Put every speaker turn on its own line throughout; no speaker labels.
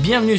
Bienvenue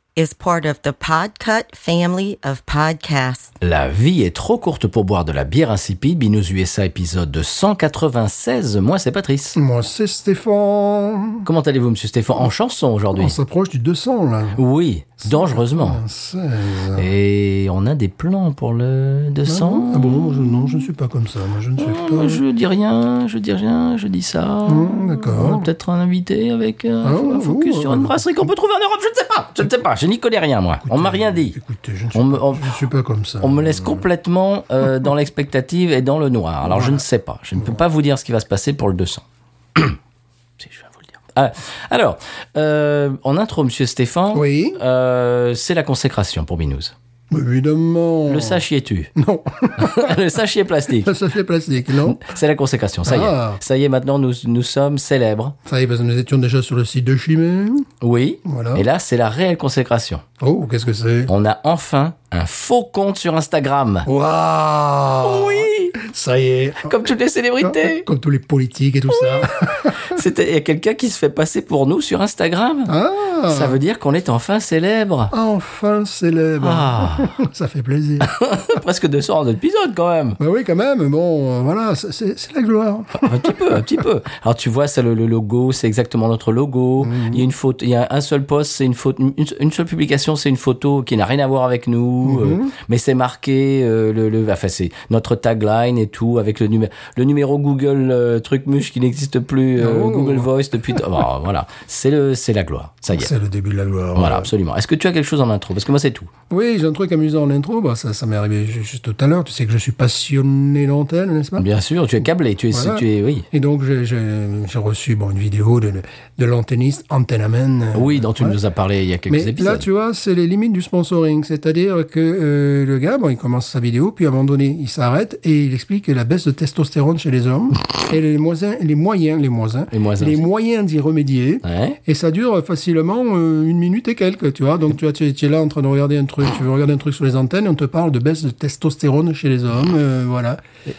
is part of the Podcut family of podcasts.
La vie est trop courte pour boire de la bière insipide. Binous USA épisode 196. Moi, c'est Patrice.
Moi, c'est Stéphane.
Comment allez-vous, monsieur Stéphane En chanson aujourd'hui
On s'approche du 200, là.
Oui, dangereusement.
16.
Et on a des plans pour le 200
Ah bon, je- non, je ne suis pas comme ça. Moi, je ne suis
Moi,
pas.
Oh, Je dis rien, je dis rien, je dis ça.
Hum,
On a
D'accord.
Peut-être un invité avec un,
Ah,
un focus
ouh,
sur une
euh,
brasserie qu'on peut trouver en Europe, je ne sais pas, je ne sais pas, je n'y connais rien moi, on m'a rien dit.
Écoutez, je ne suis,
On me, on-
je ne suis pas comme ça.
on me laisse complètement euh, dans l'expectative et dans le noir, alors je ne sais pas, je ne peux pas vous dire ce qui va se passer pour le 200. si je viens vous le dire. Ah, alors, euh, en intro, monsieur Stéphane,
Oui.
euh, c'est la consécration pour Binous.
Évidemment.
Le sachet tu
Non.
Le sachet plastique.
Ça fait plastique, non
C'est la consécration, ça y
Ah.
est. Ça y est, maintenant nous, nous sommes célèbres.
Ça y est, parce que nous étions déjà sur le site de Chimay.
Oui.
Voilà.
Et là, c'est la réelle consécration.
Oh, qu'est-ce que c'est
On a enfin un faux compte sur Instagram.
Waouh
Oui
Ça y est.
Comme toutes les célébrités.
Comme tous les politiques et tout ça.
C'était- Il y a quelqu'un qui se fait passer pour nous sur Instagram.
Ah
Ça veut dire qu'on est enfin célèbre.
Enfin célèbre.
Ah,
Oh, Ça fait plaisir.
presque 200 épisodes quand même.
Bah oui, quand même, bon, euh, voilà, c'est- c'est c'est la gloire.
Un petit peu, un petit peu. Alors tu vois, ça, le, le logo, c'est exactement notre logo.
Mhm.
Il y a une faute, il y a un seul post, c'est une faute, une, une seule publication, c'est une photo qui n'a rien à voir avec nous,
Mhm.
euh, mais c'est marqué, euh, le, le, enfin c'est notre tagline et tout avec le numéro, le numéro Google euh, truc muche qui n'existe plus, euh,
Oh.
Google Voice depuis. Oh, voilà, c'est le, c'est la gloire. Ça y est.
C'est le début de la gloire.
Voilà, absolument. Est-ce que tu as quelque chose en intro Parce que moi, c'est tout.
Oui, j'ai un truc amusant en intro, bah, ça, ça m'est arrivé ju- juste tout à l'heure, tu sais que je suis passionné d'antenne, n'est-ce pas
Bien sûr, tu es câblé, tu es,
Voilà.
tu es, oui.
Et donc j'ai- j'ai j'ai reçu bon, une vidéo de, de l'antenniste Antenamen. euh,
Oui, dont tu nous as parlé il y a quelques
Mais
épisodes.
là, tu vois, c'est les limites du sponsoring. C'est-à-dire que euh, le gars, bon, il commence sa vidéo, puis à un moment donné, il s'arrête et il explique que la baisse de testostérone chez les hommes et les moisins, les moyens, les moisins,
Les moisins.
moyens d'y remédier.
Ouais.
Et ça dure facilement euh, une minute et quelques, tu vois. Donc tu, vois, tu, es- tu es là en train de regarder un truc, tu veux regarder un truc sur les antennes, et on te parle de baisse de testostérone chez les hommes, euh, voilà.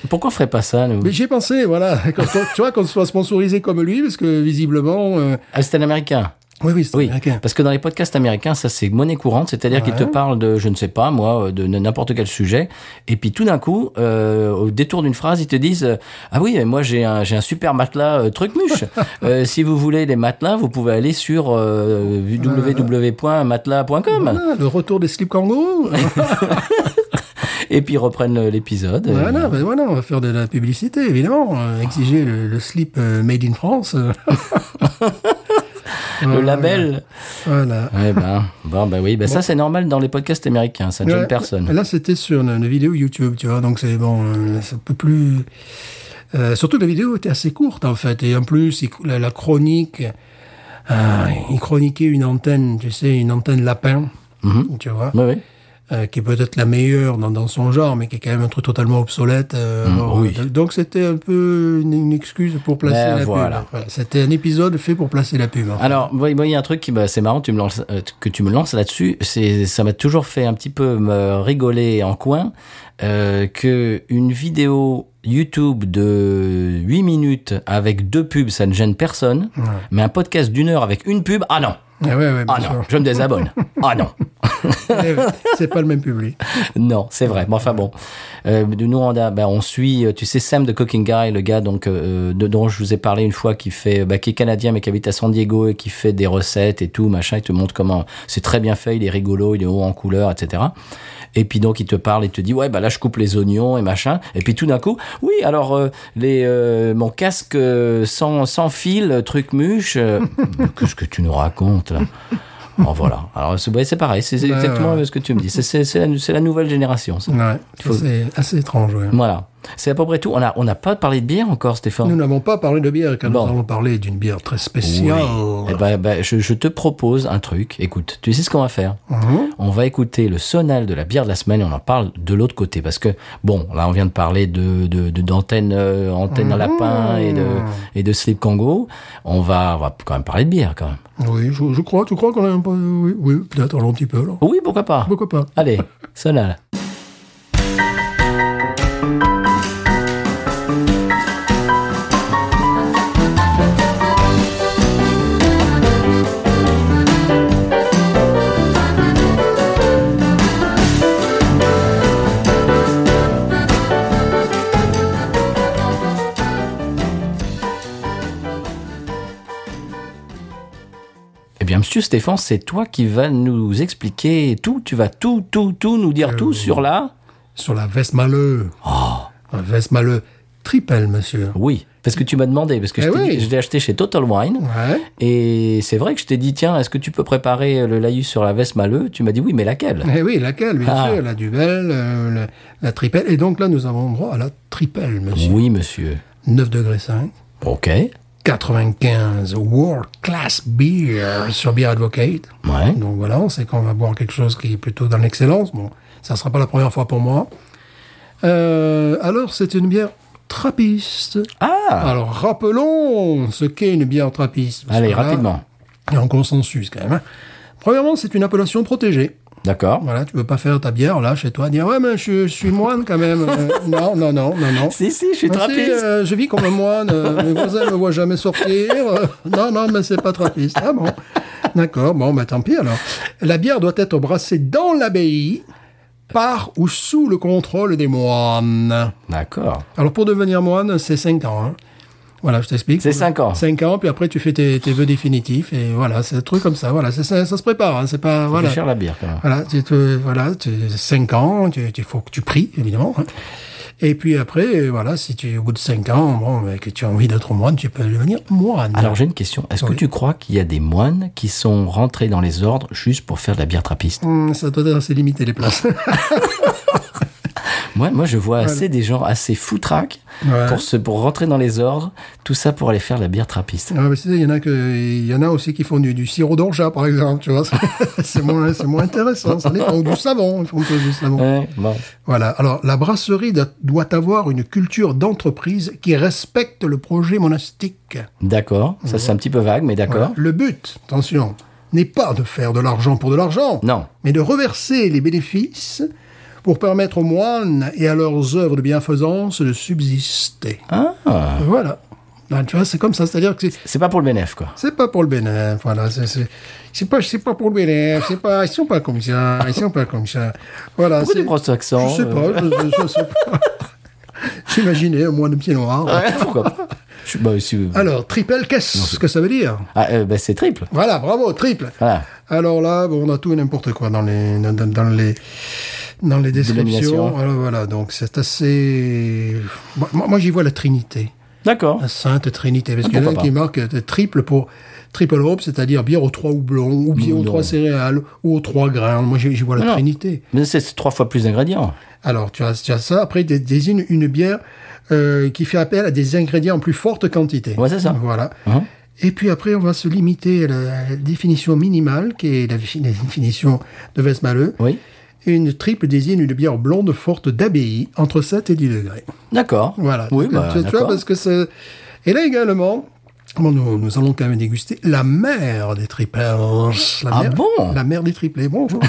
Pourquoi on ferait pas ça, nous
Mais j'y ai pensé, voilà, quand on- tu vois, qu'on soit sponsorisé comme lui, parce que visiblement, euh,
Ah, c'est un Américain.
oui, oui, c'est
Oui,
américain.
parce que dans les podcasts américains, ça c'est monnaie courante, c'est-à-dire qu'ils te parlent de, je ne sais pas moi, euh, de n- n'importe quel sujet, et puis tout d'un coup, euh, au détour d'une phrase, ils te disent euh, ah oui, mais moi j'ai un, j'ai un super matelas euh, truc muche. Euh, si vous voulez les matelas, vous pouvez aller sur euh, www.matelas.com
Voilà, le retour des slips kangourous. euh,
et puis ils reprennent euh, l'épisode. euh,
Voilà, ben voilà, on va faire de la publicité, évidemment. Euh, exiger le, le slip euh, made in France.
Le
Voilà.
label.
Voilà.
Ouais, ben, bon, ben oui, ben ça c'est normal dans les podcasts américains, ça ne gêne
Ouais,
personne.
Là, c'était sur une, une vidéo YouTube, tu vois, donc c'est bon, euh, c'est un peu plus. euh, surtout que la vidéo était assez courte, en fait, et en plus, il- la, la chronique. euh, il chroniquait une antenne, tu sais, une antenne lapin,
Mhm.
tu vois.
Oui, oui.
euh, qui est peut-être la meilleure dans, dans son genre, mais qui est quand même un truc totalement obsolète. euh, bon,
Mhm, oui.
euh, Donc c'était un peu une, une excuse pour placer
Ben,
la
voilà.
pub. Voilà, c'était un épisode fait pour placer la pub. en fait.
Alors, oui, oui, il y a un truc qui, bah, c'est marrant, tu me lances, euh, que tu me lances là-dessus. C'est, ça m'a toujours fait un petit peu me rigoler en coin euh, que une vidéo YouTube de 8 minutes avec deux pubs, ça ne gêne personne. Mais un podcast d'une heure avec une pub, ah non,
Ah ouais, ouais, bien
ah non,
sûr.
je me désabonne. ah non,
Eh ouais, c'est pas le même public.
non, c'est vrai. Mais enfin bon, euh, nous on, a, bah, on suit, euh, tu sais Sam de Cooking Guy, le gars donc euh, de, dont je vous ai parlé une fois, qui fait, bah, qui est canadien mais qui habite à San Diego et qui fait des recettes et tout machin. Il te montre comment c'est très bien fait, il est rigolo, il est haut en couleur, etc. Et puis donc il te parle, il te dit ouais bah là je coupe les oignons et machin. Et puis tout d'un coup, oui alors euh, les euh, mon casque euh, sans sans fil, euh, truc muche. euh, mais Qu'est-ce que tu nous racontes là Oh, voilà. Alors, c'est ouais, c'est pareil, c'est c'est
Ouais,
exactement
ouais.
ce que tu me dis. C'est- C'est c'est la, c'est la nouvelle génération, ça.
Ouais, ça, c'est assez étrange. ouais.
Voilà. C'est à peu près tout. On n'a on n'a pas parlé de bière encore, Stéphane.
Nous n'avons pas parlé de bière, car
Bon.
nous allons parler d'une bière très spéciale.
Eh ben, ben, je, je te propose un truc. Écoute, tu sais ce qu'on va faire
Mhm.
On va écouter le sonal de la bière de la semaine et on en parle de l'autre côté. Parce que, bon, là, on vient de parler de, de, de- d'antenne, euh, antenne
Mhm.
à lapin et de, et de slip Congo. On va, on va quand même parler de bière, quand même.
Oui, je, je crois, tu crois qu'on a un peu... Oui, oui peut-être, allons un petit peu, alors.
Oui, pourquoi pas
Pourquoi pas
Allez, sonal. Eh bien, monsieur Stéphane, c'est toi qui vas nous expliquer tout. Tu vas tout, tout, tout nous
Euh,
dire tout sur la.
Sur la veste maleux.
Oh.
La veste maleux triple, monsieur.
Oui, parce que tu m'as demandé, parce que je
Eh
t'ai
oui.
dit- je l'ai acheté chez Total Wine.
Ouais.
Et c'est vrai que je t'ai dit, tiens, est-ce que tu peux préparer le laïus sur la veste maleux Tu m'as dit oui, mais laquelle
Eh oui, laquelle, bien
Ah.
sûr, la duvel, euh, la, la tripelle. Et donc là, nous avons droit à la tripelle, monsieur.
Oui, monsieur.
9 degrés 5,
Ok. Ouais.
95 World Class Beer sur Beer Advocate. Donc voilà, on sait qu'on va boire quelque chose qui est plutôt dans l'excellence. Bon, ça ne sera pas la première fois pour moi. Euh, alors, c'est une bière trappiste.
Ah
Alors, rappelons ce qu'est une bière trappiste. parce
Allez,
que là,
rapidement.
Il y a un consensus quand même. hein. Premièrement, c'est une appellation protégée.
D'accord.
Voilà, tu peux pas faire ta bière là chez toi, dire ouais mais je, je suis moine quand même. Euh, non, non, non, non, non.
Si, si, je suis
Ah, si,
trappiste.
euh, je vis comme un moine, euh, mes voisins me voient jamais sortir. euh, non, non, mais c'est pas trappiste. Ah bon D'accord, bon, bah, tant pis alors. La bière doit être brassée dans l'abbaye, par ou sous le contrôle des moines.
D'accord.
Alors pour devenir moine, c'est 5 ans. hein. Voilà, je t'explique.
C'est cinq ans.
5 ans, puis après tu fais tes, tes vœux définitifs, et voilà, c'est un truc comme ça. Voilà, c'est- ça, ça se prépare, hein, c'est pas...
Voilà.
Voilà.
cher la bière, quand même.
Voilà, tu te, voilà, tu, cinq ans, tu, tu faut que tu pries, évidemment. hein. Et puis après, euh, voilà, si tu, au bout de cinq ans, bon, mais que tu as envie d'être moine, tu peux devenir moine.
Alors, j'ai une question. Est-ce que tu crois qu'il y a des moines qui sont rentrés dans les ordres juste pour faire de la bière trappiste
Hum, ça doit être assez limité, les places.
Moi, moi, je vois assez des gens assez foutraques
Ouais.
pour, se, pour rentrer dans les ordres, tout ça pour aller faire de la bière trappiste.
Ah, mais c'est ça, il y en a que, il y en a aussi qui font du, du sirop d'orgeat, par exemple, tu vois. C'est- c'est moins, c'est moins intéressant, ça dépend. Ou du savon, ils font que du savon.
Ouais, bon.
Voilà. Alors, la brasserie doit- doit avoir une culture d'entreprise qui respecte le projet monastique.
D'accord. Ça, c'est un petit peu vague, mais d'accord.
Voilà. Le but, attention, n'est pas de faire de l'argent pour de l'argent,
Non.
mais de reverser les bénéfices pour permettre aux moines et à leurs œuvres de bienfaisance de subsister.
Ah.
Voilà. Là, tu vois, c'est comme ça, c'est-à-dire que c'est-
C'est pas pour le bénéf, quoi.
c'est pas pour le bénéfice, voilà, c'est- c'est c'est pas c'est pas pour le bénéfice, c'est pas ils sont pas comme ça, ils sont pas comme ça. Voilà,
Pourquoi
c'est-
tu prends cet accent,
Je sais pas,
euh
je, je- je sais pas. J'imaginais un moine de pied noir.
euh, Pourquoi pas Je suis- bah, si-
Alors, triple, qu'est-ce que ça veut dire
Ah, euh, bah, c'est triple.
Voilà, bravo, triple.
Voilà.
Alors là, bon, on a tout et n'importe quoi dans les dans, dans- dans les dans les descriptions.
Dénomination.
Voilà, voilà. Donc c'est assez. Moi, moi, moi, j'y vois la Trinité,
D'accord.
la Sainte Trinité, parce qu'il y en a
Ah, pourquoi
qui
pas.
marque euh, triple pour triple hope, c'est-à-dire bière aux trois houblons, ou bière aux
Non.
trois céréales, ou aux trois grains. Moi, j'y j'y vois la
Ah Non.
Trinité.
Mais c'est trois fois plus d'ingrédients.
Alors tu as, tu as ça. Après, dé- désigne une bière euh, qui fait appel à des ingrédients en plus forte quantité.
Ouais, c'est ça.
Voilà.
Hein
Et puis après, on va se limiter à la définition minimale, qui est la, fi- la définition de Westmaleux.
Oui.
Et une triple désigne une bière blonde forte d'abbaye, entre 7 et 10 degrés.
D'accord.
Voilà.
Oui,
Donc,
bah,
tu, tu vois,
d'accord.
parce que c'est... Et là également, bon, nous, nous allons quand même déguster la mère des triples. La
Ah
mère-
bon
La mère des triplés. Bonjour.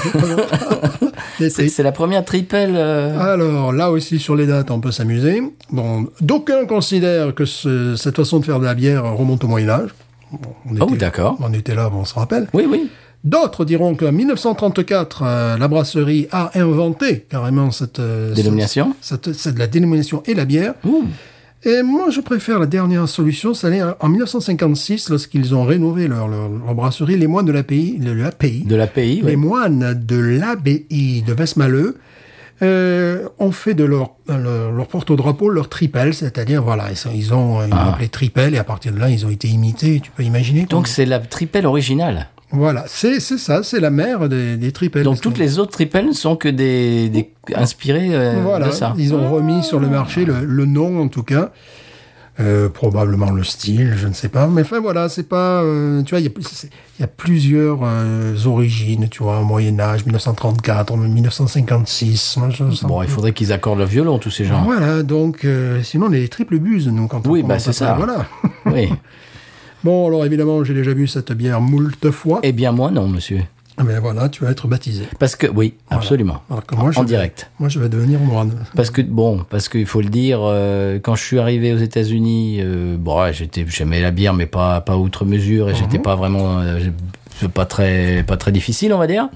C'est c'est la première tripelle. euh,
Alors là aussi sur les dates, on peut s'amuser. Bon, d'aucuns considèrent que ce- cette façon de faire de la bière remonte au Moyen Âge. Bon, on
Oh,
était-
d'accord.
Ah, On était là, bon, on se rappelle.
Oui, oui.
D'autres diront qu'en 1934, euh, la brasserie a inventé carrément cette euh,
Dénomination.
cette, cette- cette- la dénomination et la bière.
Ouh.
Et moi, je préfère la dernière solution, c'est-à-dire en 1956, lorsqu'ils ont rénové leur, leur- leur brasserie, les moines de l'abbaye, de l'abbaye,
De la pays. oui.
les moines de l'abbaye de Vesmaleux euh, ont fait de leur, leur, leur porte-drapeau leur tripel, c'est-à-dire, voilà, ils, sont- ils
Ah.
ont, ils l'ont appelé tripel, et à partir de là, ils ont été imités, tu peux imaginer.
Donc c'est la tripelle originale.
Voilà, c'est c'est ça, c'est la mère des, des triples.
Donc toutes les autres triples sont que des, des inspirés euh,
Voilà,
de ça.
ils ont remis sur le marché le, le nom en tout cas. Euh, probablement le style, je ne sais pas. Mais enfin voilà, c'est pas... euh, tu vois, il y a, c'est- il y a plusieurs euh, origines, tu vois, Moyen Âge, 1934, 1956. moi, je sens-
Bon, il faudrait qu'ils accordent le violon, tous ces gens.
Voilà, donc euh, sinon on est les triples buses, nous, quand on
Oui, bah,
commence à
c'est
parler,
ça.
Voilà.
Oui.
Bon, alors évidemment, j'ai déjà bu cette bière moult fois.
Eh bien moi non, monsieur.
Mais voilà, tu vas être baptisé.
Parce que oui, absolument.
Alors que moi, je
en
vais-
direct.
Moi, je vais devenir moine.
Parce que bon, parce qu'il faut le dire, euh, quand je suis arrivé aux États-Unis, euh, bon, ouais, j'étais, j'aimais la bière, mais pas pas outre mesure, et j'étais pas vraiment, euh, j'ai- c'est pas très pas très difficile, on va dire.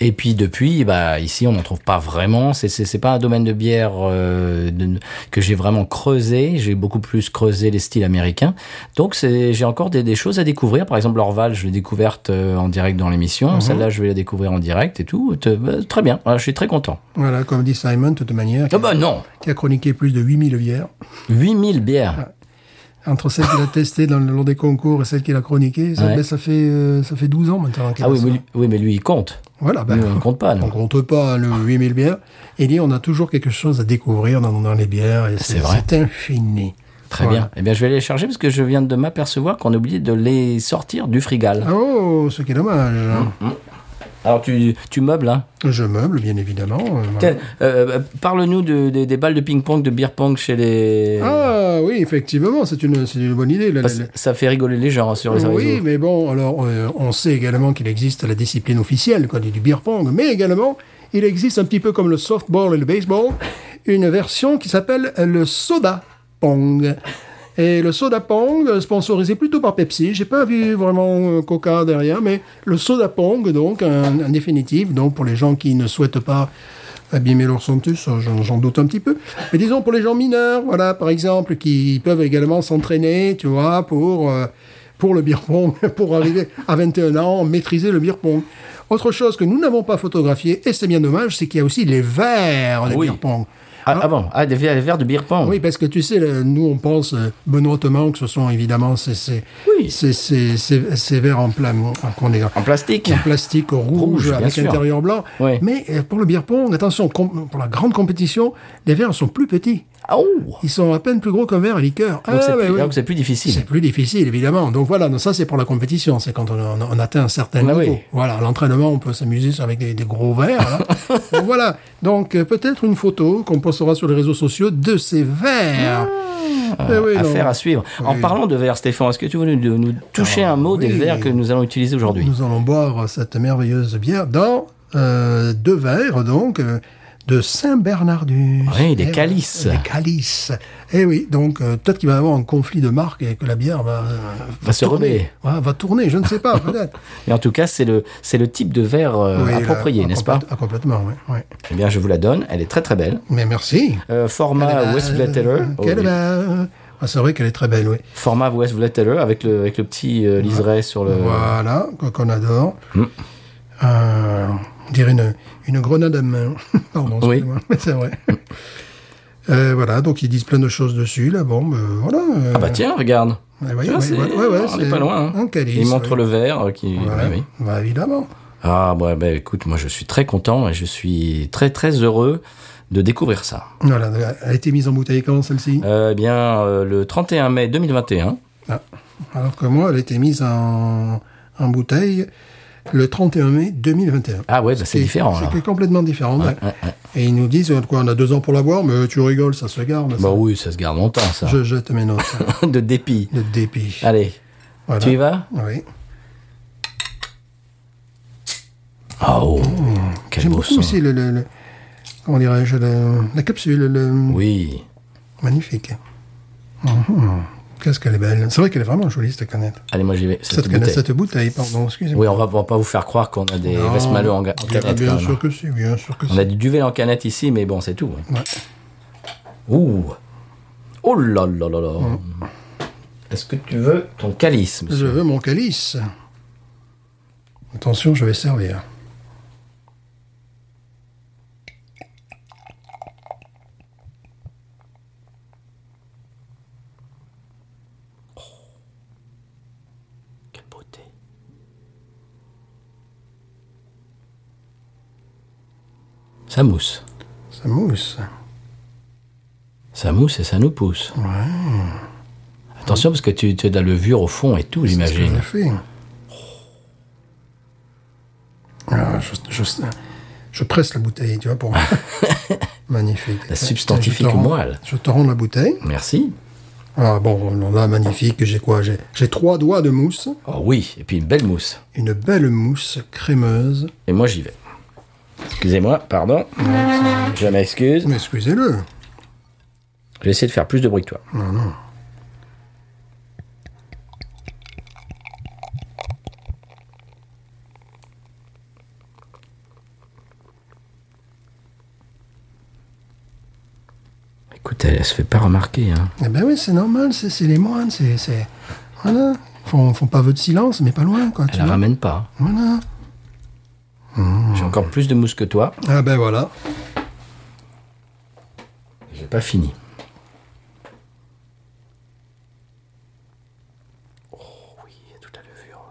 Et puis depuis, bah ici, on n'en trouve pas vraiment. C'est c'est c'est pas un domaine de bière euh, de- que j'ai vraiment creusé. J'ai beaucoup plus creusé les styles américains. Donc c'est j'ai encore des, des choses à découvrir. Par exemple, l'Orval, je l'ai découverte euh, en direct dans l'émission. Celle-là, je vais la découvrir en direct et tout. Te- bah, très bien. Voilà, je suis très content.
Voilà, comme dit Simon, de toute manière, qui,
Ah
a-
bah non.
qui a chroniqué plus de 8000 bières.
8000
Ah,
bières.
Entre celle qu'il a testée dans, lors des concours et celle qu'il a chroniquée, ça,
Ouais.
ben, ça fait, euh, ça fait 12 ans maintenant. qu'il
Ah
a
oui,
ça.
mais lui, oui, mais lui, il compte.
Voilà, ben,
Lui, on ne compte pas,
on
non.
compte pas le 8000 bières. Et dit, on a toujours quelque chose à découvrir dans, dans les bières. et
C'est vrai.
C'est infini.
Très
Voilà.
bien. Eh bien, je vais les charger parce que je viens de m'apercevoir qu'on a oublié de les sortir du frigal.
Ah, Oh, ce qui est dommage.
Hum. Alors, tu, tu meubles, hein
Je meuble, bien évidemment. euh, voilà.
Tiens, euh, Parle-nous de- des- des balles de ping-pong, de beer pong chez les.
Ah oui, effectivement, c'est une, c'est une bonne idée. La-
Parce
la-
que ça fait rigoler les gens hein, sur les
Oui,
réseaux.
mais bon, alors euh, on sait également qu'il existe la discipline officielle, quoi, du du beer pong, mais également il existe un petit peu comme le softball et le baseball, une version qui s'appelle le soda pong. Et le soda pong, euh, sponsorisé plutôt par Pepsi, j'ai pas vu vraiment euh, Coca derrière, mais le soda pong, donc un, un définitif, donc pour les gens qui ne souhaitent pas abîmer leur santus, euh, j'en j'en doute un petit peu. Mais disons pour les gens mineurs, voilà, par exemple, qui peuvent également s'entraîner, tu vois, pour euh, pour le beer pong, pour arriver à 21 ans, maîtriser le beer pong. Autre chose que nous n'avons pas photographié, et c'est bien dommage, c'est qu'il y a aussi les verres de
Oui.
beer pong.
Ah, ah bon Ah, des verres, des verres de beer pong.
Oui, parce que tu sais, le- nous, on pense euh, benoîtement que ce sont évidemment ces, ces,
Oui.
ces, ces, ces- ces verres en, pla- qu'on est-
En plastique.
en plastique rouge,
Rouge, bien
avec
sûr.
intérieur blanc.
Ouais.
Mais euh, pour le beer pong, attention, com- pour la grande compétition, les verres sont plus petits.
Ah, oh
Ils sont à peine plus gros qu'un verre à liqueur.
Donc, c'est
Ah, mais
plus,
oui.
donc c'est plus difficile.
C'est plus difficile, évidemment. Donc voilà, donc ça c'est pour la compétition, c'est quand on, on- on atteint un certain
Ah
niveau.
oui.
Voilà, à l'entraînement, on peut s'amuser avec des, des gros verres. là. Donc, voilà, donc euh, peut-être une photo qu'on postera sur les réseaux sociaux de ces verres. Eh oui, non.
Affaire Ah, à suivre. En
Oui.
parlant de verres, Stéphane, est-ce que tu veux nous, nous toucher
Ah,
un mot des
oui.
verres que nous allons utiliser aujourd'hui
Nous allons boire cette merveilleuse bière dans euh, deux verres, donc, euh, de Saint-Bernardus.
Oui, des
Eh,
calices.
Des calices. Et oui, donc euh, peut-être qu'il va y avoir un conflit de marques et que la bière va, euh,
Va se
tourner.
rebeller.
Ouais, va tourner, je ne sais pas, peut-être.
Mais en tout cas, c'est le, c'est le type de verre euh,
Oui,
approprié,
là,
n'est-ce pas
complète- ah, Complètement, oui. oui.
Eh bien, je vous la donne. Elle est très très belle.
Mais merci.
Euh, format Westvletteler. Oh,
Quelle
oui.
belle. Ah, c'est vrai qu'elle est très belle, oui.
Format Westvletteler avec le, avec le petit euh, Mm. liseré sur le.
Voilà, qu'on- qu'on adore. Euh, on dirait une, une grenade à main. Pardon,
Oui.
excusez-moi, mais c'est vrai. Euh, voilà, donc ils disent plein de choses dessus, là, bon, ben, voilà. euh,
Ah bah tiens, regarde.
ouais, ouais,
Tu vois,
ouais,
c'est-
ouais, ouais, ouais,
on
c'est
n'est pas loin. hein.
Un calice.
Il montre
ouais.
le verre euh, qui.
Ouais,
Ah oui.
bah, évidemment.
Ah bah, bah, écoute, moi je suis très content et je suis très très heureux de découvrir ça.
Voilà, elle a été mise en bouteille quand, celle-ci
Euh, eh bien, euh, le 31 mai 2021.
Ah. Alors que moi, elle a été mise en, en bouteille le 31 mai 2021.
Ah ouais, bah, c'est
Et-
différent.
C'est
alors.
que complètement différent. ouais.
ouais, ouais.
Et ils nous disent, euh, quoi, on a deux ans pour la boire, mais tu rigoles, ça se garde. ça.
Bah oui, ça se garde longtemps ça.
Je jette mes notes
de dépit.
de dépit.
Allez,
Voilà.
Ah, tu y vas
Oui.
Oh, quel
Mmh. J'aime
beau
beaucoup
son.
aussi le, le- le- comment dirais-je, le- la capsule. Le,
Oui.
Magnifique. Mhm. Qu'est-ce qu'elle est belle. C'est vrai qu'elle est vraiment jolie, cette canette.
Allez, moi j'y vais. Cette
Cette, canette,
bouteille.
cette bouteille, pardon, excusez-moi.
Oui, on va, on va pas vous faire croire qu'on a des
Non,
Westmalle en, ga- en
bien-
canette.
Bien
quand même.
sûr que si, bien sûr que si.
On a du duvel en canette ici, mais bon, c'est tout. hein.
Ouais.
Ouh Oh là là là là Est-ce que tu veux ton calice
Mm. Je
monsieur
veux mon calice. Attention, je vais servir.
Quelle beauté Ça mousse.
Ça mousse.
Ça mousse et ça nous pousse. Attention parce que tu, tu as de la levure au fond et tout,
C'est ce que
j'imagine.
j'ai fait. Oh. Ah, je, je- je presse la bouteille, tu vois, pour. magnifique.
La substantifique
Je te rends-
moelle.
Je te rends la bouteille.
Merci.
Ah bon, là, magnifique, j'ai quoi J'ai j'ai trois doigts de mousse,
Oh oui, et puis une belle mousse.
une belle mousse crémeuse.
Et moi j'y vais. Excusez-moi, pardon. Je m'excuse.
Mais excusez-le.
Je vais essayer de faire plus de bruit que toi. Écoute, elle, elle se fait pas remarquer. Hein.
Eh ben oui, c'est normal, c'est c'est les moines, c'est. c'est- Voilà. Ils font, font pas vœu de silence, mais pas loin, quoi. tu
Elle la
vois.
ramène pas.
Voilà.
J'ai encore plus de mousse que toi.
Ah ben voilà.
J'ai pas fini. Oh oui, il y a toute la levure.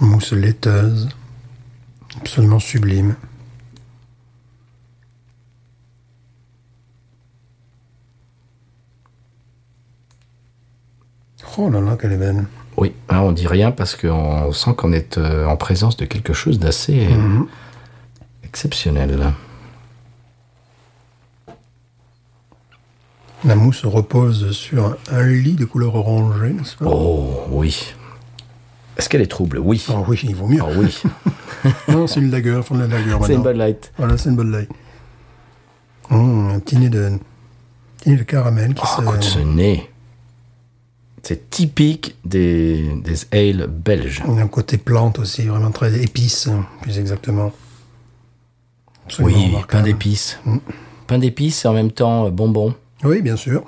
Mousse laiteuse. Absolument sublime. Oh là là, quelle est belle.
Oui, hein, on dit rien parce qu'on sent qu'on est euh, en présence de quelque chose d'assez euh,
Mhm.
exceptionnel.
La mousse repose sur un lit de couleur orangée, n'est-ce pas
Oh oui. Est-ce qu'elle est trouble Oui.
Ah oui, il vaut mieux.
Ah oui.
Non, c'est une lagueur, font de la lagueur
C'est une
maintenant.
bonne light.
Voilà, c'est une bonne laille. Hum, un petit nez de, petit nez de caramel qui
Oh,
se...
écoute ce nez. C'est typique des, des ales belges.
On a un côté plante aussi, vraiment très épice, plus exactement. Absolument
Oui, pain
remarquable.
d'épices.
Mm.
Pain d'épices et en même temps euh, bonbon.
Oui, bien sûr.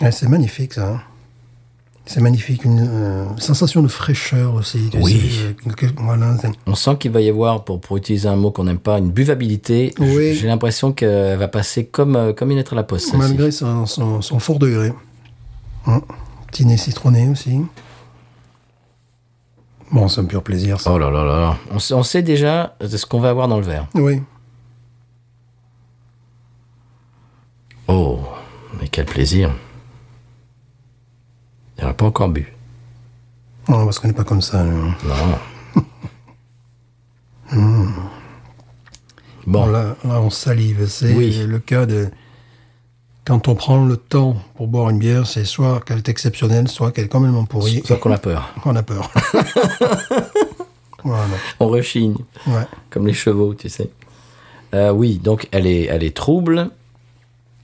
Ouais, c'est magnifique, ça. hein. C'est magnifique, une euh, sensation de fraîcheur aussi. tu
Oui.
sais, euh, quelque- voilà, c'est-
On sent qu'il va y avoir, pour, pour utiliser un mot qu'on n'aime pas, une buvabilité. J-
Oui.
J'ai l'impression qu'elle va passer comme, euh, comme une lettre à la poste. celle-ci.
malgré son, son- son fort degré. Hum, Petit nez citronné aussi. Bon, c'est un pur plaisir, ça.
Oh là là là là. On sait, on sait déjà de ce qu'on va avoir dans le verre.
Oui.
Oh, mais quel plaisir. Il n'a pas encore bu.
Non, parce qu'on n'est pas comme ça. nous.
Non. Hmm. Bon,
Bon, là, là, on salive. C'est
Oui.
le cas de. Quand on prend le temps pour boire une bière, c'est soit qu'elle est exceptionnelle, soit qu'elle est complètement pourrie.
sauf qu'on a peur.
On a peur. voilà.
On rechigne,
Ouais.
comme les chevaux, tu sais. Euh, oui, donc elle est, elle est trouble.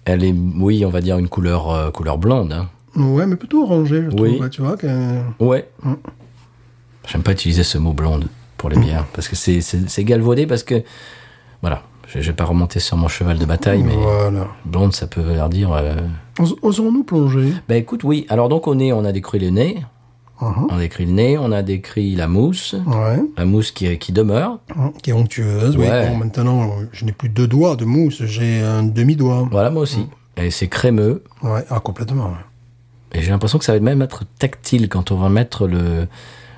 Elle est, oui, on va dire une couleur, euh, couleur blonde. hein.
ouais, mais plutôt orangé, je
Oui.
trouve. ouais, tu vois que.
Ouais. J'aime pas utiliser ce mot blonde pour les bières, parce que c'est- c'est c'est galvaudé, parce que... Voilà, je, je vais pas remonter sur mon cheval de bataille, mais
Voilà.
blonde, ça peut leur dire... euh,
Os- Osons-nous plonger
Bah écoute, oui. Alors donc au nez, on a décrit le nez.
Mhm.
On a décrit le nez, on a décrit la mousse.
Ouais.
La mousse qui, qui demeure.
Hein, Qui est onctueuse. oui.
Ouais.
Bon, maintenant, je n'ai plus deux doigts de mousse, j'ai un demi-doigt.
Voilà, moi aussi. Et c'est crémeux.
Ouais. Ah, complètement. ouais.
Et j'ai l'impression que ça va même être tactile quand on va mettre le,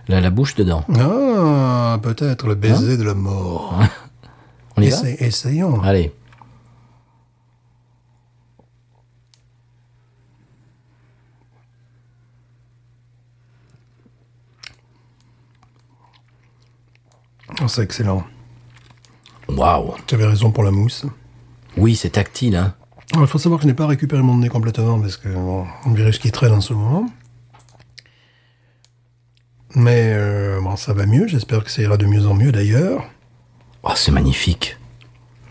la, la bouche dedans.
Ah, peut-être le baiser de la mort.
Hein On y va
Essa- essayons.
Allez.
Oh, c'est excellent.
Waouh.
Tu avais raison pour la mousse.
Oui, c'est tactile. Hein.
Alors, Il faut savoir que je n'ai pas récupéré mon nez complètement parce que bon, on verrait ce qui traîne en ce moment. Mais euh, bon, ça va mieux. J'espère que ça ira de mieux en mieux d'ailleurs.
Oh, c'est magnifique.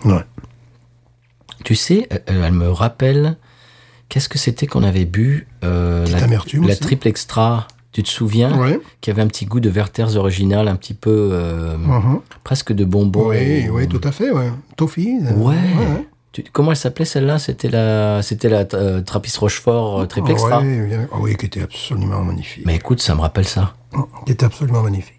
Ouais.
Tu sais, euh, elle me rappelle... Qu'est-ce que c'était qu'on avait bu euh,
Petite
la,
amertume
la
aussi.
triple extra, tu te souviens
Ouais.
Qui avait un petit goût de Werther's original, un petit peu... euh,
Mhm.
presque de bonbons.
Oui, oui, tout à fait. Ouais. Toffee. euh,
Ouais.
ouais.
Tu- comment elle s'appelait celle-là C'était la, c'était la euh, Trappist Rochefort euh, Triple Extra.
Ouais, bien. Ah oui, qui était absolument magnifique. Ah,
Mais écoute, ça me rappelle ça.
Qui était absolument magnifique.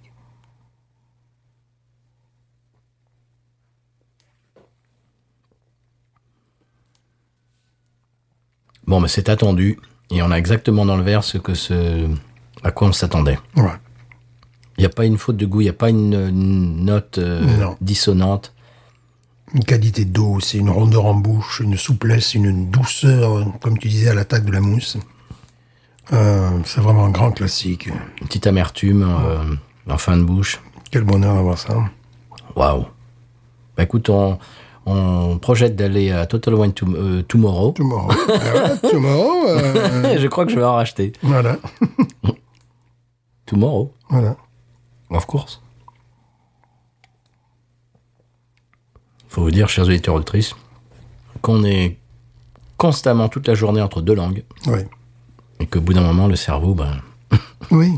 Bon, mais c'est attendu et on a exactement dans le verre ce que ce à quoi on s'attendait.
Ouais.
Il n'y a pas une faute de goût, il n'y a pas une, une note euh,
Non.
dissonante.
Une qualité d'eau, c'est une rondeur en bouche, une souplesse, une douceur, comme tu disais, à l'attaque de la mousse. Euh, c'est vraiment un grand classique.
Une petite amertume euh, en fin de bouche.
Quel bonheur d'avoir ça.
Waouh. Bah écoute, on, on projette d'aller à Total Wine to- euh, Tomorrow.
Tomorrow. Ah ouais, tomorrow. euh,
Je crois que je vais en racheter.
voilà.
Tomorrow,
Voilà.
of course. Faut vous dire, chers auditeurs auditrices, qu'on est constamment toute la journée entre deux langues
Oui.
et qu'au bout d'un moment, le cerveau, ben,
Oui.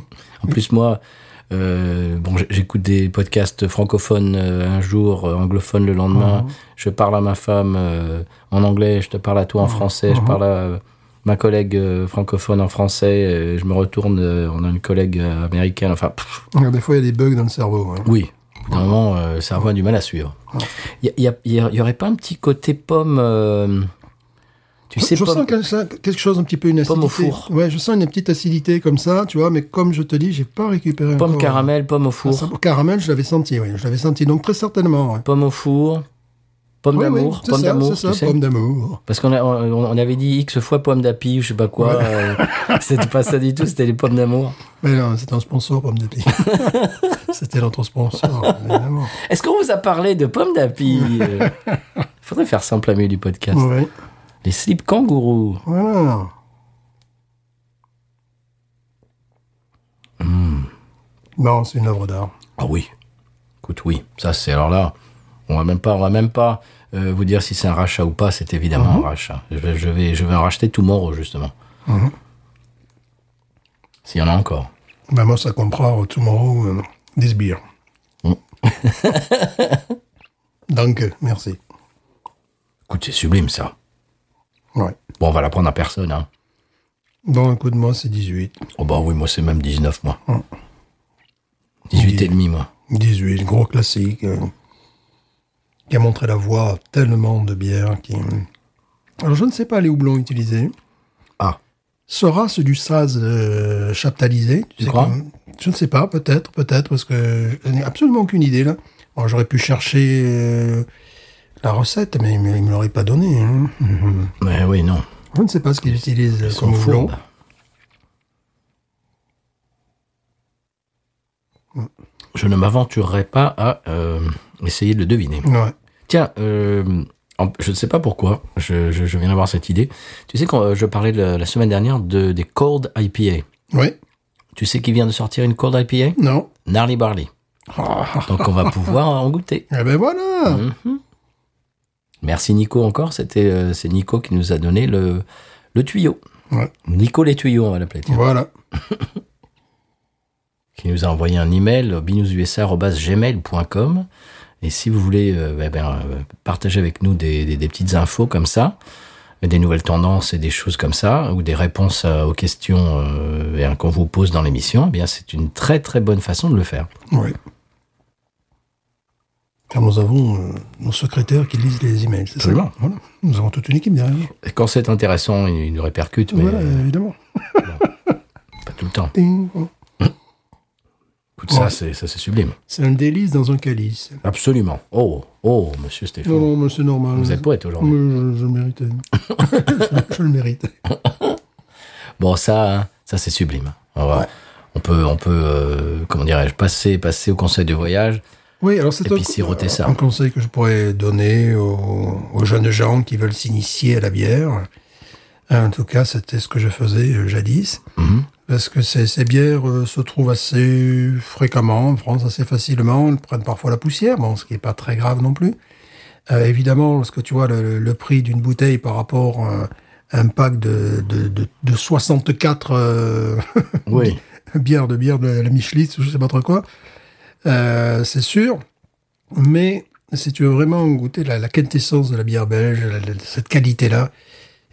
En plus, moi, euh, bon, j- j'écoute des podcasts francophones euh, un jour, euh, anglophones le lendemain.
Uh-huh.
Je parle à ma femme euh, en anglais, je te parle à
Uh-huh.
toi en français, je parle à euh, ma collègue euh, francophone en français, euh, je me retourne, euh, on a une collègue euh, américaine, enfin, pff,
Alors, Des fois, il y a des bugs dans le cerveau. hein.
oui. Au bout d'un moment, euh, le cerveau a du mal à suivre.
Uh-huh.
Il y, a- y a- y a- y aurait pas un petit côté pomme. euh, tu sais,
je
pomme-
sens que ça- quelque chose, un petit peu une acidité.
Pomme au four.
Ouais, je sens une petite acidité comme ça, tu vois, mais comme je te dis, j'ai pas récupéré
pomme
encore.
caramel, pomme au four.
Ah, ça, caramel, je l'avais senti, oui. Je l'avais senti, donc très certainement. ouais.
Pomme au four, pomme
Oui, oui,
d'amour,
c'est
pomme
ça,
d'amour.
c'est
tu
ça,
sais.
pomme d'amour.
Parce qu'on a- on, on avait dit X fois pomme d'api ou je sais pas quoi. euh, c'était pas ça du tout, c'était les pommes d'amour.
Mais non, c'est un sponsor, pomme d'api. C'était notre sponsor, évidemment.
Est-ce qu'on vous a parlé de pommes d'api euh Faudrait faire ça en plein milieu du podcast.
Ouais.
Les slips kangourous.
Voilà. Non, c'est une œuvre d'art.
Ah oui. Écoute, oui. Ça, c'est alors là. On va même pas, on va même pas euh, vous dire si c'est un rachat ou pas. C'est évidemment un rachat. Je vais, je vais, je vais en racheter tout mort, justement.
Mhm.
S'il y en a encore.
Vamos a comprar tomorrow euh, this beer.
Mm.
Donc, merci.
Écoute, c'est sublime ça.
Ouais.
Bon, on va la prendre à personne. Hein.
Bon, écoute, moi, c'est 18.
Oh bah oui, moi c'est même 19 moi. 18 et demi moi.
18, gros classique, euh, qui a montré la voie à tellement de bières. Qui... euh, Alors, je ne sais pas les houblons utilisés.
Ah,
Sera ce du Saz euh, chaptalisé tu sais
crois
comme- Je ne sais pas, peut-être, peut-être, parce que je n'ai absolument aucune idée là. Bon, J'aurais pu chercher euh, la recette, mais il ne me l'aurait pas donnée. hein. Mhm.
mais oui non.
Je ne sais pas ce qu'ils utilisent
Ils sont
comme houblon.
fourbes. Je ne m'aventurerai pas à euh, essayer de le deviner.
Ouais.
Tiens, euh, en- je ne sais pas pourquoi, je, je- je viens d'avoir cette idée. Tu sais, quand euh, je parlais la, la semaine dernière de, des Cold IPA.
Oui,
Tu sais qui vient de sortir une Cold IPA
non.
Gnarly Barley. Donc on va pouvoir en goûter.
Eh ben voilà
Mhm. Merci Nico encore. C'était euh, c'est Nico qui nous a donné le, le tuyau.
Ouais.
Nico les tuyaux on va l'appeler. tiens.
Voilà.
Qui nous a envoyé un email euh, binoususa@gmail.com et si vous voulez euh, eh ben, euh, partager avec nous des, des- des petites infos comme ça, des nouvelles tendances et des choses comme ça, ou des réponses à- aux questions euh, eh, qu'on vous pose dans l'émission, eh bien c'est une très très bonne façon de le faire.
Oui. Car nous avons euh, nos secrétaires qui lisent les emails, c'est ça
Absolument.
Voilà. Nous avons toute une équipe derrière.
Et quand c'est intéressant, il il nous répercute, mais
Voilà,
euh,
évidemment.
pas tout le temps.
Ding, oh.
Écoute, ça
Ouais.
c'est ça, c'est sublime.
C'est un délice dans un calice.
Absolument. Oh, oh, monsieur Stéphane.
Non, non, mais c'est normal.
Vous êtes poète
Mais
aujourd'hui.
je, je le méritais. je, le mérite.
Bon, ça, ça c'est sublime. hein. On, va- on peut, on peut, euh, comment dirais-je, passer, passer au conseil de voyage.
Oui, alors c'est
Et puis siroter ça.
un conseil que je pourrais donner aux, aux jeunes gens qui veulent s'initier à la bière. Euh, En tout cas, c'était ce que je faisais euh, jadis.
Mhm.
Parce que ces, ces bières euh, se trouvent assez fréquemment en France, assez facilement. Elles prennent parfois la poussière, bon, ce qui n'est pas très grave non plus. Euh, évidemment, lorsque tu vois le, le prix d'une bouteille par rapport euh, à un pack de, de, de, de 64 euh,
Oui.
bière de bière de la Michelitz ou je sais pas trop quoi. Euh, c'est sûr. Mais si tu veux vraiment goûter la, la quintessence de la bière belge, la- la- cette qualité-là,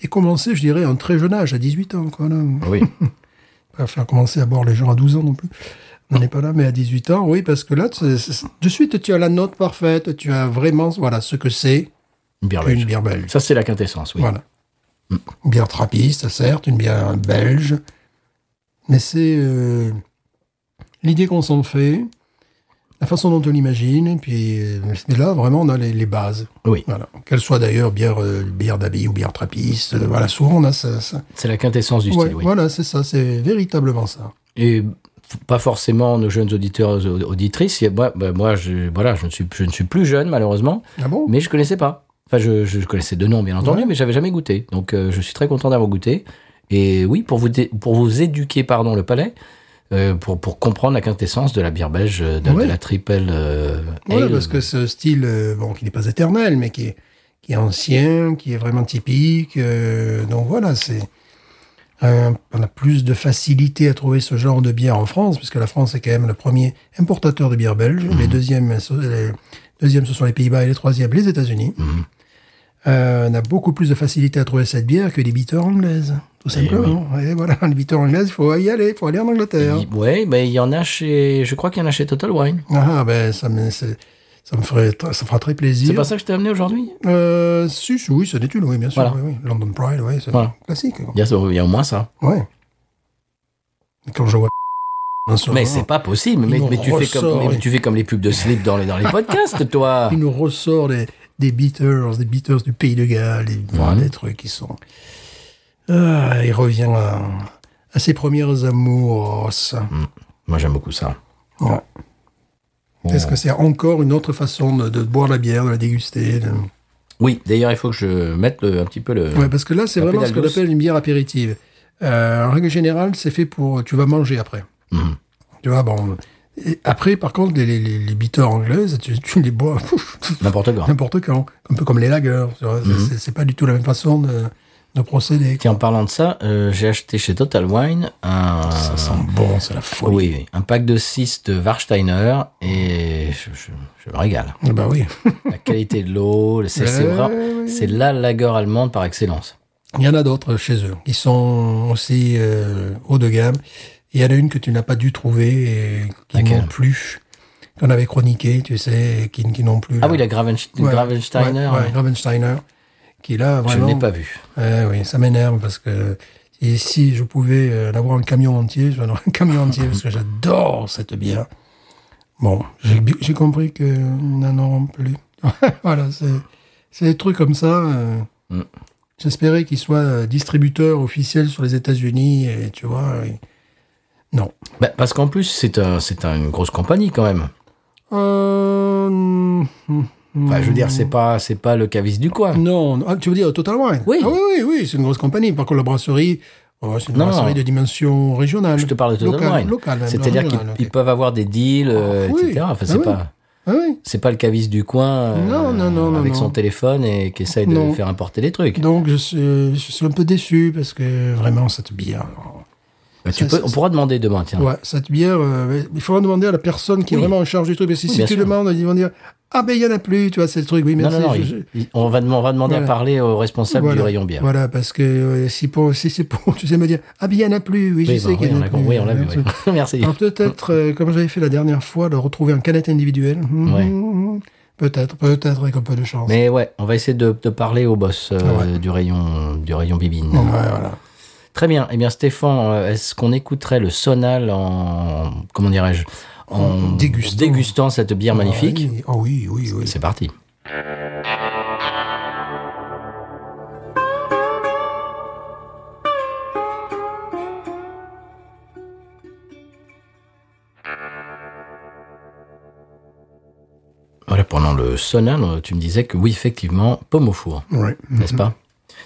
et commencer, je dirais, à un très jeune âge, à 18 ans, quoi. Là.
Oui.
Pas faire commencer à boire les gens à 12 ans non plus. On n'est pas là, mais à 18 ans, oui, parce que là, c'est- c'est- de suite, tu as la note parfaite, tu as vraiment, voilà, ce que c'est
Une bière
une
belge.
bière belge.
Ça c'est la quintessence. Oui.
Voilà. Une bière trappiste, certes, une bière belge, mais c'est euh, l'idée qu'on s'en fait, la façon dont on l'imagine, et puis euh, mais là, vraiment, on a les, les bases.
Oui.
Voilà. Qu'elle soit d'ailleurs bière, euh, bière d'abbaye ou bière trappiste, euh, voilà, souvent on a ça. ça.
C'est la quintessence du
Ouais,
style, oui.
Voilà, c'est ça, c'est véritablement ça.
Et f- pas forcément nos jeunes auditeurs et auditrices. Il y a- Moi, bah, moi je, voilà, je, ne suis, je ne suis plus jeune, malheureusement,
Ah bon
mais je ne connaissais pas. Enfin, je, je connaissais de nom, bien entendu,
Ouais.
mais j'avais jamais goûté. Donc, euh, je suis très content d'avoir goûté. Et oui, pour vous, dé- pour vous éduquer pardon, le palais, euh, pour, pour comprendre la quintessence de la bière belge, euh, de, de
Ouais.
la triple euh,
Voilà,
ale.
parce que ce style, euh, bon, qui n'est pas éternel, mais qui est, qui est ancien, qui est vraiment typique. euh, donc voilà, c'est. euh, on a plus de facilité à trouver ce genre de bière en France, puisque la France est quand même le premier importateur de bière belge.
Mhm.
Les deuxièmes, ce- les deuxièmes, ce sont les Pays-Bas et les troisièmes, les États-Unis.
Mhm.
Euh, on a beaucoup plus de facilité à trouver cette bière que les biteurs anglaises,
Eh
tout simplement. Et voilà, les biteurs anglaises, il faut y aller, il faut aller en Angleterre.
Il- Ouais, mais il y en a chez. Je crois qu'il y en a chez Total Wine.
Ah ben, ça me, c'est- ça me ferait, tr- ça me fera très plaisir.
C'est pas ça que je t'ai amené aujourd'hui
Euh, si, si, oui, c'est des tuiles, oui, bien sûr.
Voilà.
oui, oui. London Pride, oui, c'est
Voilà.
classique. Quoi.
Il y, a, il y a au moins ça.
Ouais. Et Quand je vois. un soir,
Mais c'est pas possible.
Ah. Il
Mais,
nous
mais tu fais
ressort,
comme, mais
oui.
tu fais comme les pubs de slip dans les, dans les podcasts, toi.
Il nous ressort des, des Beaters, des Beaters du Pays de Galles, des,
Ouais.
des trucs qui sont. Ah, il revient à, à ses premières amours.
Mm. Moi, j'aime beaucoup ça.
Ouais. Est-ce que c'est encore une autre façon de, de boire la bière, de la déguster de-
Oui, d'ailleurs, il faut que je mette le- un petit peu le.
Ouais, bah, parce que là, c'est
La
vraiment ce
pédale
qu'on
douce.
appelle une bière apéritive. Euh, en règle générale, c'est fait pour. Tu vas manger après.
Mhm.
Tu vois, bon. et après, par contre, les, les, les, les bitters anglaises, tu, tu les bois pouf,
N'importe quoi.
n'importe quand. Un peu comme les lagers. tu vois, c'est- C'est c'est pas du tout la même façon de, de procéder.
Mhm. Tiens, en parlant de ça, euh, j'ai acheté chez Total Wine un.
Ça sent bon, c'est la folie.
euh, oui, oui, un pack de 6 de Warsteiner et je, je- je me régale.
Ah Bah oui.
La qualité de l'eau, c'est c'est
Ouais,
vraiment-
ouais.
c'est la lagueur allemande par excellence.
Il y en a d'autres chez eux. Ils sont aussi euh, haut de gamme. Il y en a une que tu n'as pas dû trouver et qui
Laquelle
n'ont plus. Qu'on avait chroniqué, tu sais, et qui, qui n'ont plus.
Ah
là.
oui, la Gravenst-
Ouais,
Gravensteiner,
ouais, ouais,
ouais.
Gravensteiner, qui là
je
vraiment.
n'ai pas vu.
Ouais, oui, ça m'énerve parce que si- si je pouvais euh, l'avoir un camion entier, je vais en avoir un camion entier parce que j'adore cette bière. Bon, j'ai bu- j'ai compris qu'ils n'en auront plus. voilà, c'est c'est des trucs comme ça. euh,
Mm.
J'espérais qu'ils soient euh, distributeurs officiels sur les États-Unis et tu vois. et- Non.
Bah, parce qu'en plus, c'est un, c'est un- une grosse compagnie quand même.
Euh, mm, mm,
Enfin, je veux dire, c'est pas, c'est pas le caviste du coin.
Non, non. Ah, tu veux dire Total Wine
Oui.
Ah oui, oui, oui, c'est une grosse compagnie. Par contre, la brasserie, oh, c'est une
Non,
brasserie
non.
de dimension régionale.
Je te parle de Total
locale,
Wine.
locale même,
C'est-à-dire qu'ils
régionale,
ils
ok.
peuvent avoir des deals, euh,
Ah, oui.
etc. Enfin,
Ah
c'est
oui.
pas,
Ah oui.
c'est pas le caviste du coin euh,
Non, non, non, non,
avec son
non.
téléphone et qui essaye de
Non.
faire importer des trucs.
Donc, je suis, je suis un peu déçu parce que vraiment, cette bière. alors,
Bah, tu
Ça,
peux-
ça,
on
ça.
pourra demander demain, tiens.
Ouais, cette bière, euh, il faudra demander à la personne qui
Ah. Oui.
est vraiment en charge du truc. Mais si,
Oui,
si
bien
tu
sûr.
demandes, ils vont dire Ah, ben, il n'y en a plus, tu vois, c'est le truc. Oui,
non,
merci.
non, non,
je-
il-
je-
il- on, va, dem- on va demander à
Voilà.
parler au responsable du
voilà,
rayon bière.
Voilà, parce que euh, si, pour, si c'est pour, tu sais me dire Ah, ben, il n'y en a plus,
Oui,
oui, je
bah,
sais
oui,
qu'il y en
on
a
l'a
plus.
oui, on l'a vu.
Merci.
oui. Merci.
Alors peut-être, euh, comme j'avais fait la dernière fois, le retrouver en canette individuelle. Mhm,
Ouais.
mhm. Peut-être, peut-être avec un peu de chance.
Mais ouais, on va essayer de, de parler au boss euh,
Ah Ouais.
du rayon du rayon bibine.
Ouais, voilà.
Très bien. Eh bien, Stéphane, euh, est-ce qu'on écouterait le sonal en comment dirais-je
En dégustant.
dégustant cette bière magnifique
Ah oui, ah oui, oui, oui.
C'est parti. Voilà, pendant le sonal, euh, tu me disais que oui, effectivement, pomme au four,
Ouais.
n'est-ce pas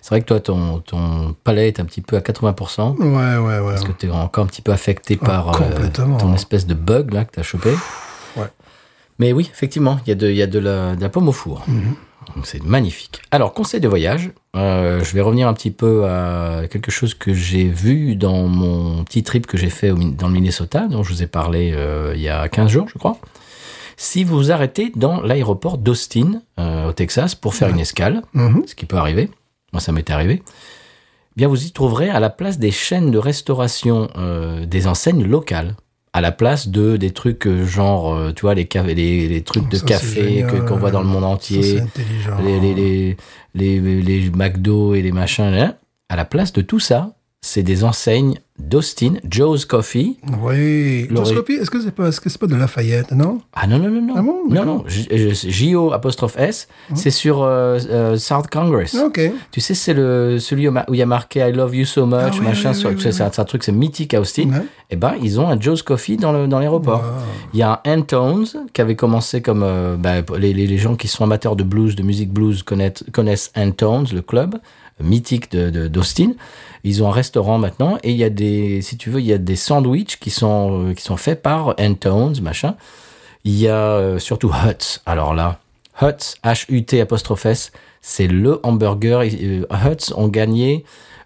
C'est vrai que toi, ton, ton palais est un petit peu à 80%,
Ouais, ouais, ouais.
parce que tu es encore un petit peu affecté par euh,
Ah, complètement.
ton espèce de bug là, que tu as chopé.
Ouais.
Mais oui, effectivement, il y a de, il y a de, la, de la pomme au four.
Hmm,
Donc c'est magnifique. Alors, conseil de voyage, euh, je vais revenir un petit peu à quelque chose que j'ai vu dans mon petit trip que j'ai fait au Min- dans le Minnesota, dont je vous ai parlé euh, il y a 15 jours, je crois. Si vous vous arrêtez dans l'aéroport d'Austin, euh, au Texas, pour faire une escale,
Mhm.
ce qui peut arriver, moi ça m'est arrivé, eh bien vous y trouverez à la place des chaînes de restauration euh, des enseignes locales, à la place de des trucs euh, genre, euh, tu vois, les, ca- les, les trucs de
Ça, c'est
café que-
génial.
qu'on voit dans le monde
Ça, c'est
entier,
intelligent.
les, les, les, les, les McDo et les machins, là. à la place de tout ça, c'est des enseignes d'Austin, Joe's Coffee.
Oui.
Le-
Endoscopie, est-ce que c'est pas, est-ce que c'est pas de Lafayette, non
Ah non, non, non, non.
Ah bon,
non,
d'accord. Hein?
non. J- euh, J- J-O apostrophe S, c'est sur euh, euh, South Congress.
Ah, Ok.
Tu sais, c'est le celui où ma- où il y a marqué I love you so much,
Ah oui,
machin.
oui,
sur-
oui,
c'est
oui,
c'est un, c'est un truc, c'est mythique à Austin.
Ouais. Ah,
Eh ben, ils ont un Joe's Coffee dans le dans l'aéroport. Il y a un Antones qui avait commencé comme euh, bah, les, les- les gens qui sont amateurs de blues, de musique blues connaissent connaissent Antones, le club mythique de de- d'Austin. Ils ont un restaurant maintenant et il y a des, si tu veux, il y a des sandwichs qui sont euh, qui sont faits par Antones, machin. Il y a euh, surtout Hutz. Alors là, Hutz, H-U-T apostrophe S, c'est le hamburger. Euh, Hutz ont gagné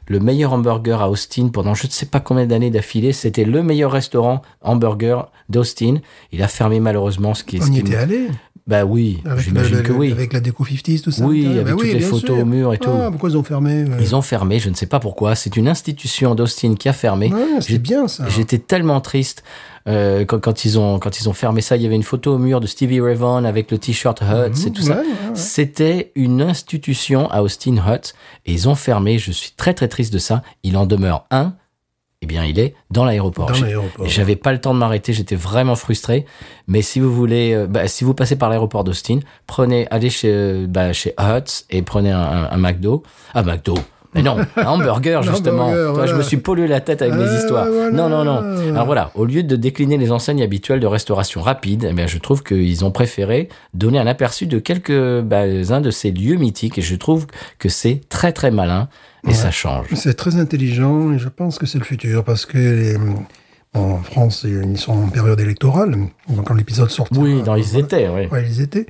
le meilleur hamburger à Austin pendant je ne sais pas combien d'années d'affilée. C'était le meilleur restaurant hamburger d'Austin. Il a fermé malheureusement ce qui est.
On y était allé
Bah oui,
avec, le-
j'imagine
le-
que oui.
avec la déco 50s, tout ça.
Oui,
Ah,
avec
bah
toutes les
bien
photos au mur et tout.
Ah, pourquoi ils ont fermé euh,
Ils ont fermé, je ne sais pas pourquoi. C'est une institution d'Austin qui a fermé.
Ouais,
J'ai-
c'est bien ça. Hmm,
J'étais tellement triste euh, quand, quand ils ont, quand ils ont fermé ça. Il y avait une photo au mur de Stevie Ray Vaughan avec le t-shirt Hutz et tout ça.
Mmh, Ouais, ouais, ouais.
C'était une institution à Austin Hutz et ils ont fermé. Je suis très très triste de ça. Il en demeure un. Eh bien, il est dans l'aéroport.
Dans
J'ai-
l'aéroport.
J'avais pas le temps de m'arrêter. J'étais vraiment frustré. Mais si vous voulez, euh, bah, si vous passez par l'aéroport d'Austin, prenez, allez chez, euh, bah, chez Hutz et prenez un, un- un McDo. Ah, McDo. Mais non, un hamburger, justement.
hamburger,
Toi,
voilà.
Je me suis pollué la tête avec mes
Ah,
histoires.
voilà.
Non, non, non. Alors voilà, au lieu de décliner les enseignes habituelles de restauration rapide, eh bien, je trouve qu'ils ont préféré donner un aperçu de quelques bah, uns de ces lieux mythiques et je trouve que c'est très très malin et ça change.
C'est très intelligent et je pense que c'est le futur parce que les- bon, en France, ils sont en période électorale. Donc quand l'épisode sortira.
Oui, dans les
voilà.
étés, oui.
Ouais, ils étaient.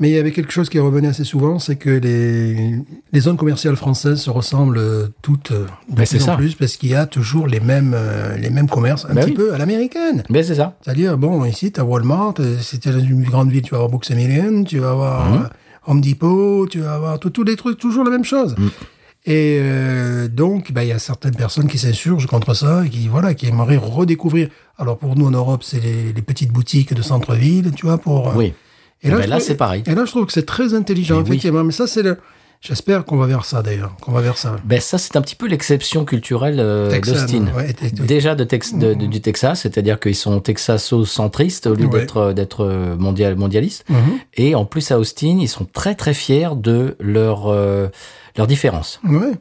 Mais il y avait quelque chose qui revenait assez souvent, c'est que les, les zones commerciales françaises se ressemblent euh, toutes euh, de
Ben, c'est
plus en
ça.
plus parce qu'il y a toujours les mêmes, euh, les mêmes commerces, un
Ben
petit
oui.
peu à l'américaine.
Mais c'est ça.
C'est-à-dire, bon, ici, tu as Walmart, euh, si tu dans une grande ville, tu vas avoir Books a Million, tu vas avoir
Mhm.
euh, Home Depot, tu vas avoir tout- tous les trucs, toujours la même chose.
Mhm.
Et euh, donc, bah, il y a certaines personnes qui s'insurgent contre ça, et qui voilà, qui aimeraient redécouvrir. Alors pour nous en Europe, c'est les, les petites boutiques de centre-ville, tu vois, pour. euh,
Oui.
Et
Eh ben,
je
là,
trouve-
c'est pareil.
Et là, je trouve que c'est très intelligent,
Mais oui.
effectivement. Mais ça, c'est le. J'espère qu'on va vers ça d'ailleurs, qu'on va vers ça.
Ben ça, c'est un petit peu l'exception culturelle euh,
Texane,
d'Austin.
ouais, et- et-
Déjà de Tex- de- de- du Texas, c'est-à-dire qu'ils sont texaso-centristes au lieu
Ouais.
d'être d'être euh, mondial, mondialistes.
Mhm.
Et en plus, à Austin, ils sont très très fiers de leur, euh, leur différence.
Ouais.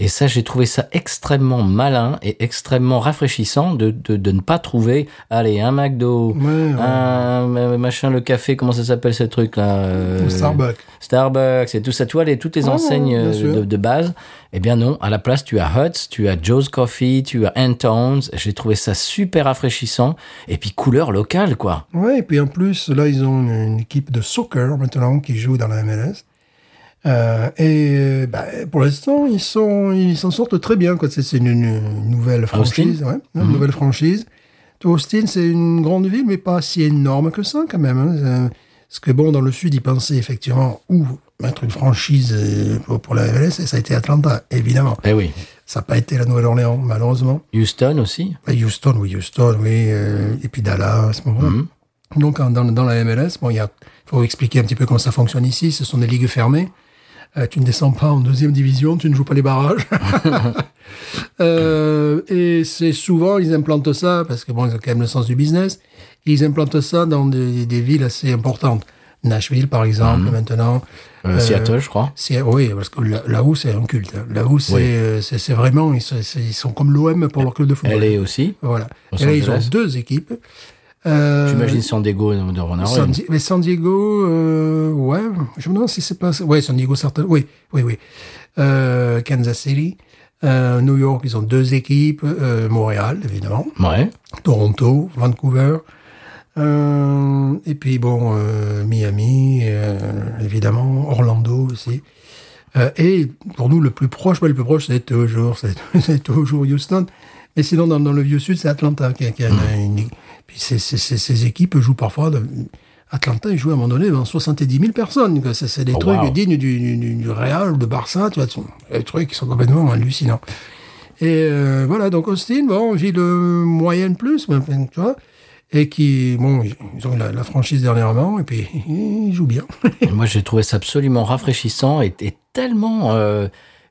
Et ça, j'ai trouvé ça extrêmement malin et extrêmement rafraîchissant de, de, de ne pas trouver, allez, un McDo,
Ouais, ouais.
un euh, machin, le café, comment ça s'appelle ce truc-là euh,
Ou Starbucks.
Starbucks et tout ça, tu vois, les, toutes les
Ouais,
enseignes
ouais, Oh, bien
euh,
sûr.
de, de base. Eh bien non, à la place, tu as Hutz, tu as Joe's Coffee, tu as Antones. J'ai trouvé ça super rafraîchissant. Et puis couleur locale, quoi.
Ouais, et puis en plus, là, ils ont une, une équipe de soccer maintenant qui joue dans la MLS. Euh, et euh, bah, pour l'instant, ils sont, ils s'en sortent très bien. quoi. C'est c'est une, une nouvelle franchise, ouais, une nouvelle franchise. Toi, Austin, c'est une grande ville, mais pas si énorme que ça quand même. hein. Euh, Parce que bon, dans le sud, ils pensaient effectivement où mettre une franchise euh, pour, pour la MLS, et ça a été Atlanta, évidemment.
Eh oui.
Ça n'a pas été la Nouvelle-Orléans, malheureusement.
Houston aussi.
Et Houston, oui, Houston, oui, euh, et puis Dallas, à ce moment-là.
Mhm.
Donc, en- dans, dans la MLS, bon, il y a- faut expliquer un petit peu comment ça fonctionne ici. Ce sont des ligues fermées. Euh, tu ne descends pas en deuxième division, tu ne joues pas les barrages. Euh, et c'est souvent, ils implantent ça, parce que bon, ils ont quand même le sens du business. Ils implantent ça dans des, des villes assez importantes. Nashville, par exemple, maintenant.
Euh,
Euh,
Seattle, je crois.
c'est- oui, parce que là- là-haut, c'est un culte. hein. Là-haut, c'est
Oui.
euh, c'est- c'est vraiment, ils sont, c'est- ils sont comme l'OM pour leur club de football.
Elle est aussi.
Voilà.
Los
Et là, ils ont
Angeles.
deux équipes. Euh,
J'imagine hein, San Diego de de Ronald
San
Reagan.
Di- mais San Diego, euh, ouais, je me demande si c'est pas. Ouais, San Diego, certainement. Oui, oui, oui. Euh, Kansas City, euh, New York, ils ont deux équipes. euh, Montréal, évidemment.
Ouais.
Toronto, Vancouver. Euh, et puis bon, euh, Miami, euh, évidemment, Orlando aussi. Euh, et pour nous, le plus proche, ouais, le plus proche, c'est toujours, c'est c'est toujours Houston. Mais sinon, dans, dans le vieux sud, c'est Atlanta qui a, qui a
Mm.
une, une- Puis ces, ces, ces- ces équipes jouent parfois. de- Atlanta, ils jouent à un moment donné devant 70 000 personnes. quoi. C'est c'est des
Oh,
trucs
wow.
dignes du, du, du- du Real ou de Barça. Tu vois, ce sont des trucs qui sont complètement hallucinants. Et euh, voilà, donc Austin, bon, ville euh, moyenne plus, mais, enfin, tu vois, et qui, bon, ils ont eu la, la franchise dernièrement, et puis ils jouent bien.
Et moi, j'ai trouvé ça absolument rafraîchissant et, et tellement euh,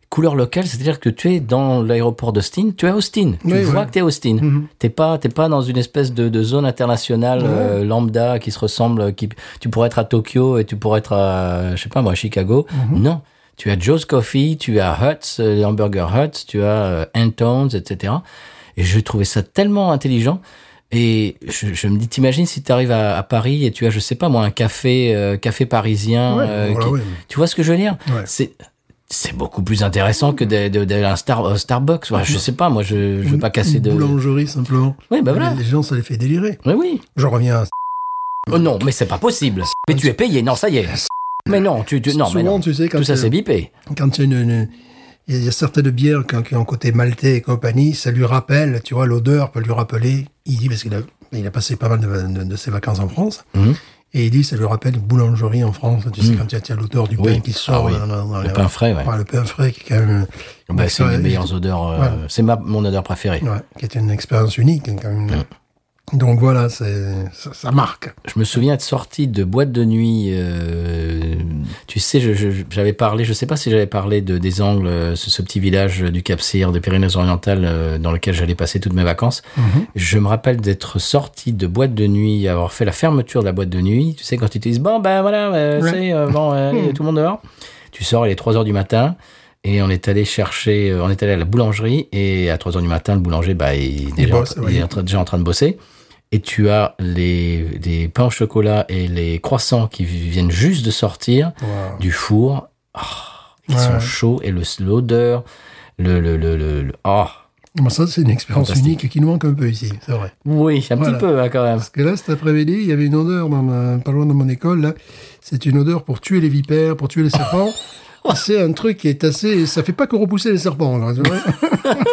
couleur locale, c'est-à-dire que tu es dans l'aéroport d'Austin, tu es à Austin, tu
Oui, Mhm.
vois
ouais.
que tu es à Austin. T'es pas, t'es pas dans une espèce de, de zone internationale euh, lambda qui se ressemble, qui, tu pourrais être à Tokyo et tu pourrais être à, je sais pas moi, à Chicago.
Mhm.
Non. Tu as Joe's Coffee, tu as Hut's, euh, les Hamburger Hut's, tu as euh, Anton's, etc. Et je trouvais ça tellement intelligent. Et je, je me dis, t'imagines si tu arrives à, à Paris et tu as, je sais pas moi, un café, euh, café parisien.
Ouais,
euh,
voilà,
qui-
ouais.
Tu vois ce que je veux dire
Ouais.
C'est c'est beaucoup plus intéressant que d'aller de, d'aller à un Star, euh, Starbucks. Ouais, je sais pas, moi, je, je veux
Mm. Une-
pas casser
une
de.
Boulangerie, simplement.
Oui, bah voilà.
Les gens, ça les fait délirer.
Oui, oui.
Je reviens à
Oh non, mais c'est pas possible. Mais tu es payé. Non, ça y est. Mais non, tu, tu non, mais
Souvent,
non.
tu sais, quand
Tout ça,
il y a-
c'est bipé.
quand il y a une- une- il y a certaines bières qui ont, qui ont côté maltais et compagnie, ça lui rappelle, tu vois, l'odeur peut lui rappeler. Il dit, parce qu'il a, il a passé pas mal de, de- de ses vacances en France,
Mhm.
et il dit, ça lui rappelle une boulangerie en France. Tu sais, quand il y a- tu as l'odeur du
Oui.
pain qui sort.
Ah oui.
dans- dans- dans
Le
les-
pain frais, ouais.
Ouais, le pain frais qui est quand même.
Bah, c'est une des
Ouais,
meilleures odeurs. euh,
Voilà.
C'est ma, mon odeur préférée.
ouais, qui est une expérience unique, hein, quand même. Donc voilà, c'est, ça, ça marque.
Je me souviens être sorti de boîte de nuit. euh, tu sais, je- je- j'avais parlé, je sais pas si j'avais parlé de, des Angles, euh, ce, ce petit village du Cap Cyr, des Pyrénées-Orientales, euh, dans lequel j'allais passer toutes mes vacances. Je me rappelle d'être sorti de boîte de nuit, avoir fait la fermeture de la boîte de nuit. Tu sais, quand ils te disent, bon, ben voilà, euh,
Ouais. Hmm.
c'est euh, bon, euh, allez, tout le monde dehors. Tu sors, il est 3 heures du matin. Et on est allé chercher, euh, on est allé à la boulangerie et à 3 heures du matin, le boulanger, bah, il, est déjà, en
bosse,
train-
ouais.
il est en train- déjà en train de bosser. Et tu as les, les pains au chocolat et les croissants qui viennent juste de sortir
Wow.
du four. Oh, ils
Ouais,
sont
ouais.
chauds et le l'odeur, le le le le, le- oh.
Bon, ça, c'est une expérience
Fantastique.
unique qui nous manque un peu ici, c'est vrai.
Oui, un
Voilà.
petit peu hein, quand même.
Parce que là, cet après-midi, il y avait une odeur dans ma- pas loin de mon école. là. C'est une odeur pour tuer les vipères, pour tuer les serpents. c'est un truc qui est assez. Ça fait pas que repousser les serpents. là, tu vois.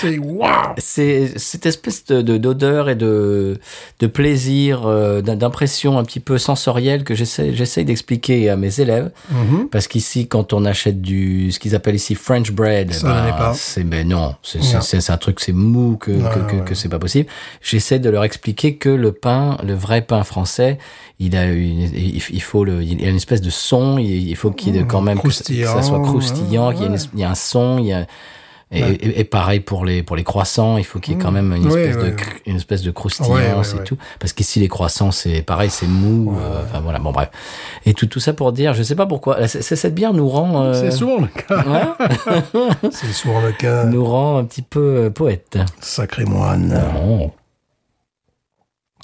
c'est waouh.
C'est cette espèce de de- d'odeur et de de plaisir, euh, d'im- d'impression un petit peu sensorielle que j'essaie j'essaie d'expliquer à mes élèves.
Mhm.
Parce qu'ici, quand on achète du, ce qu'ils appellent ici French bread, eh
Ça, j'en ai pas.
c'est ben non, c'est
Non.
c'est- c'est- c'est un truc, c'est mou, que
Ouais,
que, que,
ouais.
que c'est pas possible. J'essaie de leur expliquer que le pain, le vrai pain français, il a une, il, il faut le, il y a une espèce de son, il, il faut qu'il y ait
Mmh,
quand même que, ça- que ça soit
croustillant,
croustillant,
ouais,
qu'il y, ait une
ouais.
es- il y a un son, il y a et,
Ouais.
et- et pareil pour les pour les croissants, il faut qu'il y ait quand même une
Ouais,
espèce
ouais.
de cr- une espèce de croustillance
Ouais, ouais,
et
ouais.
tout. Parce qu'ici les croissants, c'est pareil, c'est mou. euh, Enfin voilà, bon bref. Et tout, tout ça pour dire, je sais pas pourquoi, c'est- c'est- cette bière nous rend, euh,
C'est souvent le cas.
ouais,
C'est souvent le cas.
nous rend un petit peu euh, poète.
Sacré moine.
Bon.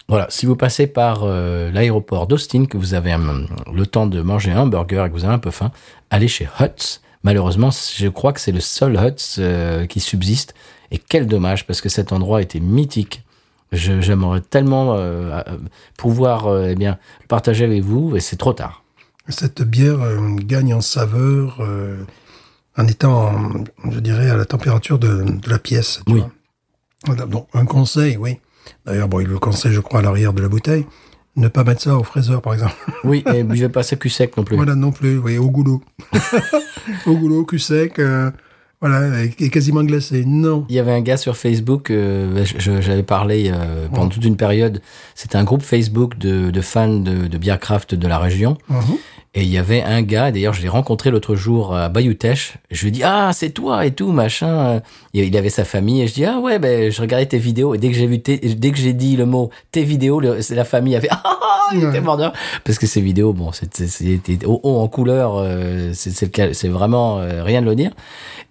Voilà, si vous passez par euh, l'aéroport d'Austin, que vous avez hum, le temps de manger un burger et que vous avez un peu faim, allez chez Hutz. Malheureusement, je crois que c'est le seul Hutz euh, qui subsiste. Et quel dommage, parce que cet endroit était mythique. Je- J'aimerais tellement euh, euh, pouvoir euh, eh bien, le partager avec vous, et c'est trop tard.
Cette bière euh, gagne en saveur euh, en étant, euh, je dirais, à la température de, de la pièce. tu
Oui.
vois. Voilà, donc, un conseil, oui. D'ailleurs, bon, il le conseille, je crois, à l'arrière de la bouteille. Ne pas mettre ça au fraiseur, par exemple.
Oui, et buvez pas ça cul sec non plus.
Voilà, non plus, oui, au goulot. au goulot, cul sec, euh, voilà, et, et quasiment glacé. Non.
Il y avait un gars sur Facebook, euh, je- je- j'avais parlé euh, pendant
Ouais.
toute une période. C'était un groupe Facebook de, de fans de, de bière craft de la région. Et il y avait un gars, d'ailleurs, je l'ai rencontré l'autre jour à Bayoutech. Je lui ai dit, ah, c'est toi et tout, machin. Et il avait sa famille et je dis, ah ouais, ben, je regardais tes vidéos. Et dès que j'ai vu, tes- dès que j'ai dit le mot tes vidéos, le- c'est la famille avait, ah, ah, il était
Ouais.
mort de rire. Parce que ces vidéos, bon, c'était, c'était haut, haut en couleur, euh, c'est, c'est le cas- c'est vraiment euh, rien de le dire.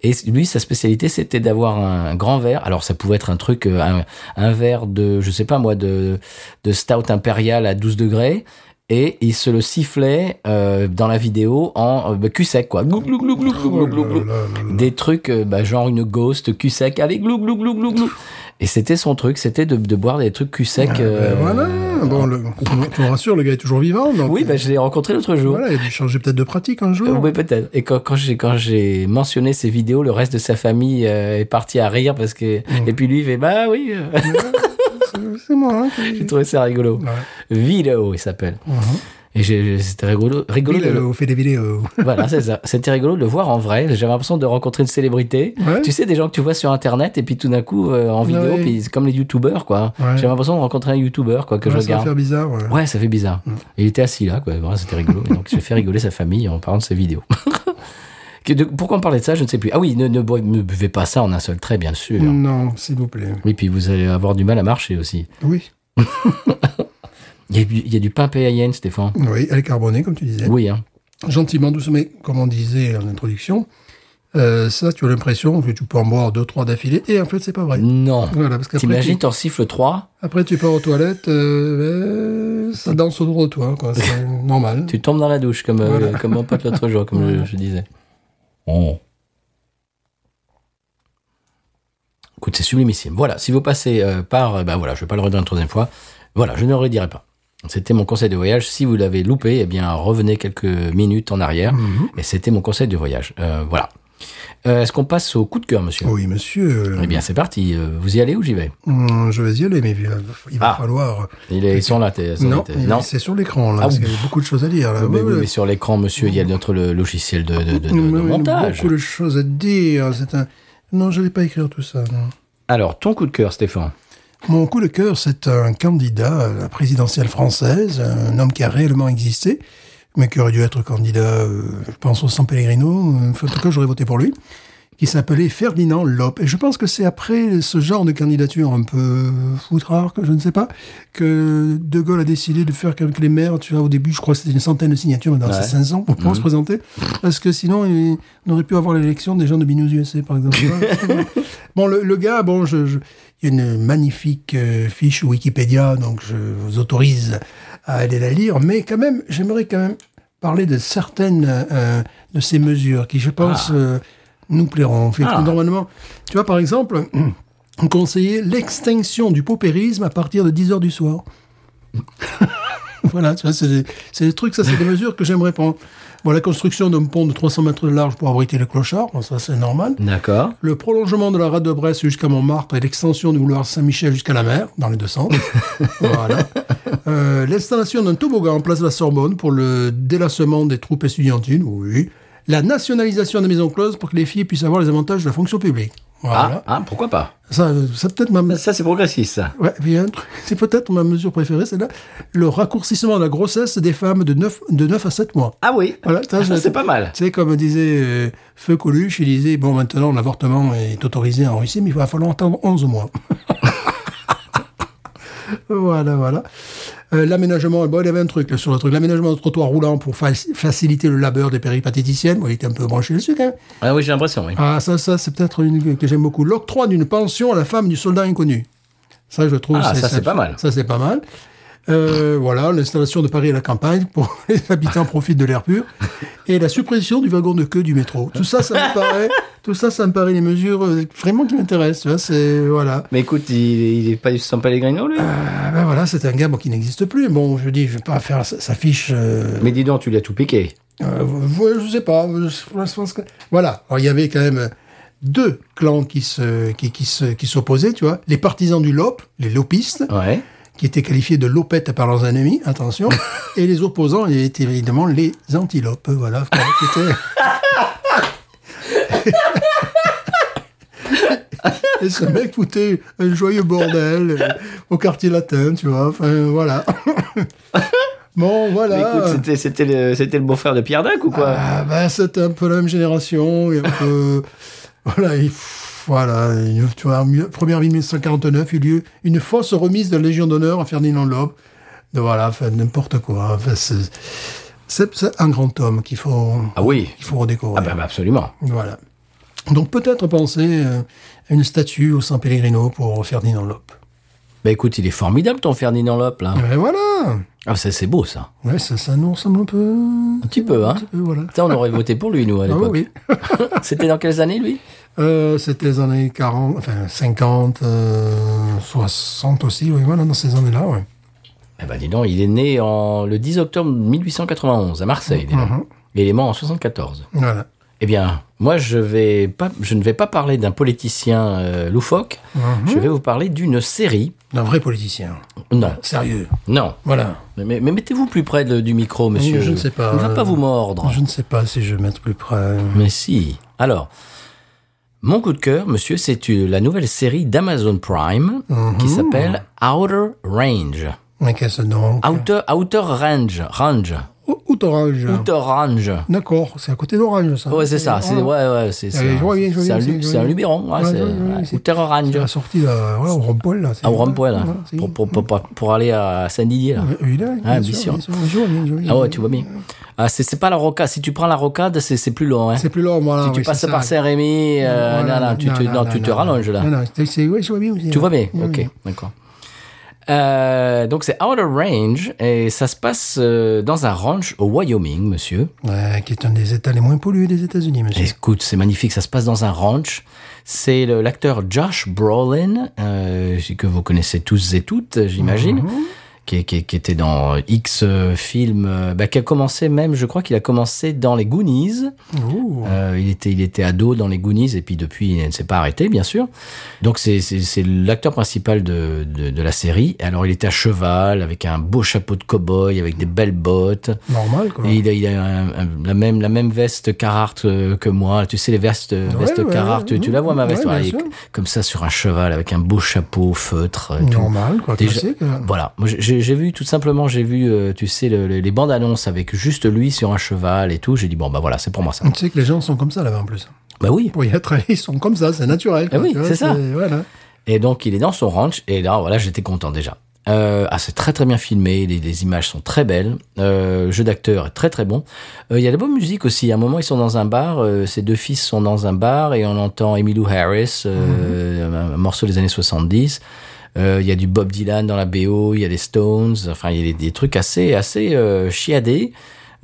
Et lui, sa spécialité, c'était d'avoir un grand verre. Alors, ça pouvait être un truc, euh, un, un verre de, je sais pas moi, de, de stout impérial à 12 degrés. Et il se le sifflait euh, dans la vidéo en euh, cul sec, quoi. Glou, glou, glou, glou, glou, glou, glou, glou.
Oh là là là là.
Des trucs, euh, bah, genre une ghost cul sec, allez, glou, glou, glou, glou, glou. Et c'était son truc, c'était de, de boire des trucs cul sec.
Ah, ben
euh,
voilà, bon, le, tu, me rassures, le gars est toujours vivant. Donc,
oh. Oui, bah, je l'ai rencontré l'autre jour.
voilà, il a dû changer peut-être de pratique un jour.
Euh, oui, peut-être. Et quand, quand j'ai quand j'ai mentionné ces vidéos, le reste de sa famille euh, est parti à rire parce que
Mmh.
et puis lui il fait bah oui, euh.
C'est- C'est moi hein, qui-
j'ai trouvé ça rigolo.
Ouais.
Vidéo, il s'appelle. Et j'ai- c'était rigolo, rigolo.
Oui,
de le-
le- on fait des vidéos.
voilà, c'est ça. C'était rigolo de le voir en vrai. J'avais l'impression de rencontrer une célébrité.
Ouais.
Tu sais, des gens que tu vois sur Internet et puis tout d'un coup euh, en vidéo,
Ouais.
puis c'est comme les youtubeurs quoi.
Ouais.
J'avais l'impression de rencontrer un youtubeur quoi que
Ouais,
je
ça Mm. va
regarde.
faire bizarre. ouais.
Ouais, ça fait bizarre. Il était assis là, quoi. Voilà, c'était rigolo. Et donc, j'ai fait rigoler sa famille en parlant de ses vidéos. que- de- pourquoi on parlait de ça Je ne sais plus. Ah oui, ne, ne bo- ne buvez pas ça en un seul trait, bien sûr.
Non, s'il vous plaît.
Oui, puis vous allez avoir du mal à marcher aussi.
Oui,
Il y a, du- il y a du pain PAN, Stéphane.
oui, elle est carbonée, comme tu disais.
Oui, hein.
Gentiment, doucement, mais comme on disait en introduction, euh, ça, tu as l'impression que tu peux en boire deux, trois d'affilée, et en fait, c'est pas vrai.
Non.
Voilà, parce qu'après, tu,
T'imagines, t'en siffles 3,
après, tu pars aux toilettes, euh, euh, ça danse autour de toi, quoi. C'est normal.
tu tombes dans la douche, comme, euh,
Voilà.
comme mon pote l'autre jour, comme je, je disais. Oh. Écoute, c'est sublimissime. Voilà, si vous passez euh, par... euh, bah voilà, je vais pas le redire une troisième fois. Voilà, je ne le redirai pas. C'était mon conseil de voyage. Si vous l'avez loupé, eh bien, revenez quelques minutes en arrière.
Mhm.
Et c'était mon conseil de voyage. Euh, voilà. Euh, Est-ce qu'on passe au coup de cœur, monsieur
Oui, monsieur.
Eh bien, c'est parti. Euh, Vous y allez ou j'y vais
Hum, Je vais y aller, mais il va, il va
Ah.
falloir.
Il est- Ils sont là. t'es-
Non,
t'es-
il- c'est sur l'écran, là,
Ah,
parce
oui.
qu'il y a beaucoup de choses à dire. Là.
Mais,
Ouais,
oui,
ouais.
mais sur l'écran, monsieur, il y a notre le- logiciel de, de- de- de- de
Mais oui,
montage.
Beaucoup de choses à dire. C'est un... Non, je ne vais pas écrire tout ça. non.
Alors, ton coup de cœur, Stéphane.
Mon coup de cœur, c'est un candidat à la présidentielle française, un homme qui a réellement existé, mais qui aurait dû être candidat, euh, je pense, au San Pellegrino. Enfin, en tout cas, j'aurais voté pour lui, qui s'appelait Ferdinand Lop. Et je pense que c'est après ce genre de candidature un peu foutrard, que je ne sais pas, que De Gaulle a décidé de faire quelques les maires. Tu vois, au début, je crois que c'était une centaine de signatures, maintenant
Ouais.
c'est 500 pour pouvoir se présenter. Parce que sinon, il- on aurait pu avoir l'élection des gens de Binous USA, par exemple. Bon, le, le gars, bon, je, je- il y a une magnifique euh, fiche Wikipédia, donc je vous autorise à aller la lire, mais quand même, j'aimerais quand même parler de certaines euh, de ces mesures qui, je pense, euh, nous plairont. Fait que
Ah.
Normalement, tu vois, par exemple, conseiller l'extinction du paupérisme à partir de 10 heures du soir. Voilà, tu vois, c'est des, c'est des trucs, ça, c'est des mesures que j'aimerais prendre. Bon, la construction d'un pont de 300 mètres de large pour abriter les clochards, bon, ça, c'est normal
D'accord.
le prolongement de la rade de Brest jusqu'à Montmartre et l'extension du boulevard Saint-Michel jusqu'à la mer, dans les deux sens. voilà. Euh, L'installation d'un toboggan en place de la Sorbonne pour le délassement des troupes estudiantines, oui. La nationalisation des maisons closes pour que les filles puissent avoir les avantages de la fonction publique. Voilà.
Ah, ah, pourquoi pas
Ça, euh, ça peut-être ma...
Ça, c'est progressiste, ça.
Ouais, puis il y a un truc- c'est peut-être ma mesure préférée, celle-là. Le raccourcissement de la grossesse des femmes de 9, de 9 à 7 mois.
Ah oui,
Voilà, ça, je-
ça, c'est pas mal.
Tu sais, comme disait euh, Feu Coluche, il disait, bon, maintenant, l'avortement est autorisé en Russie, mais il va falloir attendre 11 mois. voilà, voilà. Euh, l'aménagement, bon, il y avait un truc là, sur le truc. L'aménagement de trottoirs roulants pour fa- faciliter le labeur des péripatéticiennes. Bon, il était un peu branché dessus, quand même.
Ah oui, j'ai l'impression, oui.
Ah, ça, ça, c'est peut-être une que- que j'aime beaucoup. L'octroi d'une pension à la femme du soldat inconnu. Ça, je trouve.
Ah, ça, c'est pas mal.
Ça, c'est pas mal. Euh, voilà, l'installation de Paris à la campagne pour que les habitants profitent de l'air pur. Et la suppression du wagon de queue du métro. Tout ça, ça me paraît, tout ça, ça me paraît les mesures euh, vraiment qui m'intéressent. tu vois, C'est, voilà.
Mais écoute, il, il est pas du San Pellegrino, lui
Ah ben voilà, c'est un gars bon, qui n'existe plus. Bon, je dis, je vais pas faire sa, sa fiche, euh,
Mais dis donc, tu l'as tout piqué.
euh, ouais, je sais pas. je- je pense que- Voilà. Alors, il y avait quand même deux clans qui se, qui, qui se, qui s'opposaient, tu vois. Les partisans du LOP, les LOPistes,
Ouais.
qui étaient qualifiés de lopettes par leurs ennemis, attention. et les opposants, il étaient évidemment les antilopes, voilà. qui étaient- Et ce mec foutait un joyeux bordel euh, au quartier latin, tu vois. Enfin, voilà. bon, voilà.
Mais écoute, c'était- c'était le, c'était le beau-frère de Pierre Dac ou quoi
Ah ben, c'était un peu la même génération. et un peu- voilà, il- voilà il- tu vois, mieux- première ville 1949, il y eut une fausse remise de la Légion d'honneur à Ferdinand Loeb. De, voilà, enfin, n'importe quoi. Enfin, c'est- c'est c'est un grand homme qu'il faut,
Ah oui.
qu'il faut redécorer.
Ah bah, bah, absolument.
Voilà. Donc peut-être penser euh, à une statue au San Pellegrino pour Ferdinand Loeb.
Bah écoute, il est formidable, ton Ferdinand Lop, là.
Mais voilà
Ah, ça, c'est beau, ça.
ouais, ça, ça nous ressemble un peu.
Un petit peu, hein
Un peu, voilà.
Putain, on aurait voté pour lui, nous, à
Ah
l'époque.
oui.
C'était dans quelles années, lui
Euh, c'était les années 40, enfin 50, euh, 60 aussi, oui, voilà, dans ces années-là, oui.
Eh ben dis donc, il est né en, le 10 octobre 1891 à Marseille.
Mm-hmm.
dis donc. Et il est mort en 74.
Voilà.
Eh bien, moi, je, vais pas, je ne vais pas parler d'un politicien euh, loufoque. Je vais vous parler d'une série.
D'un vrai politicien.
Non,
Sérieux.
non.
Voilà.
Mais, mais- mais mettez-vous plus près de- du micro, monsieur.
je ne sais pas. euh,
Il ne va pas vous mordre.
Je ne sais pas si je vais mettre plus près.
Mais si. Alors, mon coup de cœur, monsieur, c'est euh, la nouvelle série d'Amazon Prime
Mhm.
qui s'appelle Outer Range. Ah,
Mais qu'est-ce donc
Outer, Outer Range. Range.
Ou- Outre-Orange.
Out Orange.
D'accord, c'est à côté d'Orange, ça.
Ouais, c'est ça. C'est
Ah.
ouais, ouais, c'est c'est
Elle est jolie,
un,
jolie,
c'est un,
c'est
lu- c'est un
jolie.
Luberon. Ouais,
Ouais,
c'est
jolie, jolie,
ouais,
c'est-
Outer Orange.
C'est la sortie de, voilà, au Rompoil, là. c'est-
À Rompoil, Ah, là,
Voilà, c'est-
pour, pour, pour, pour- pour aller à Saint-Didier, là.
Oui, évidemment,
Ah,
bien
bien sûr.
sûr, bien sûr, joli, joli,
Ah ouais,
joli.
tu vois bien. Ah, c'est c'est pas la rocade. Si tu prends la rocade, c'est c'est plus long. Hein.
C'est plus long, voilà.
Si tu
oui,
passes
c'est
par
ça.
Saint-Rémy, euh,
Voilà,
non, non, tu te, non, tu te rallonges, là.
Non, non, c'est- c'est- ouais, je vois bien aussi, hein.
Tu
là.
vois bien
Oui,
Ok,
oui.
d'accord. Euh, donc c'est Outer Range et ça se passe euh, dans un ranch au Wyoming, monsieur.
Ouais, qui est un des États les moins pollués des États-Unis, monsieur.
Écoute, c'est magnifique, ça se passe dans un ranch. C'est le- l'acteur Josh Brolin, euh, que vous connaissez tous et toutes, j'imagine, qui, qui- qui était dans X euh, films, euh, bah, qui a commencé même, je crois qu'il a commencé dans les Goonies.
Ouh.
Euh, il, était, il était ado dans les Goonies et puis depuis, il ne s'est pas arrêté, bien sûr. Donc c'est- c'est c'est l'acteur principal de, de, de la série. Alors il était à cheval, avec un beau chapeau de cow-boy, avec des belles bottes.
Normal, quoi.
Et il a, il a un- un- la, même, la même veste Carhartt euh, que moi. Tu sais, les vestes, euh, vestes
ouais,
Carhartt, tu-
ouais,
tu, la vois ma veste
ouais, bien
Voilà, il est
sûr.
Comme ça sur un cheval avec un beau chapeau feutre. et tout.
Normal, quoi.
Déjà-
classique, là.
Voilà, moi j'ai j'ai vu tout simplement, j'ai vu, euh, tu sais, le- le- les bandes annonces avec juste lui sur un cheval et tout. J'ai dit, bon, bah voilà, c'est pour moi ça.
Tu sais que les gens sont comme ça là-bas en plus.
Bah oui.
Pour y être allés, ils sont comme ça, c'est naturel. quoi,
Eh oui,
tu vois,
c'est ça.
Voilà.
Et donc, il est dans son ranch, et là, voilà, j'étais content déjà. Euh, ah, c'est très très bien filmé, les, les images sont très belles, euh, jeu d'acteur est très très bon. Euh, Il y a de la bonne musique aussi, à un moment ils sont dans un bar, euh, ses deux fils sont dans un bar et on entend Emmylou Harris, euh, un- un morceau des années 70. Euh, Il y a du Bob Dylan dans la BO, il y a des Stones, enfin il y a des, des trucs assez assez euh, chiadés.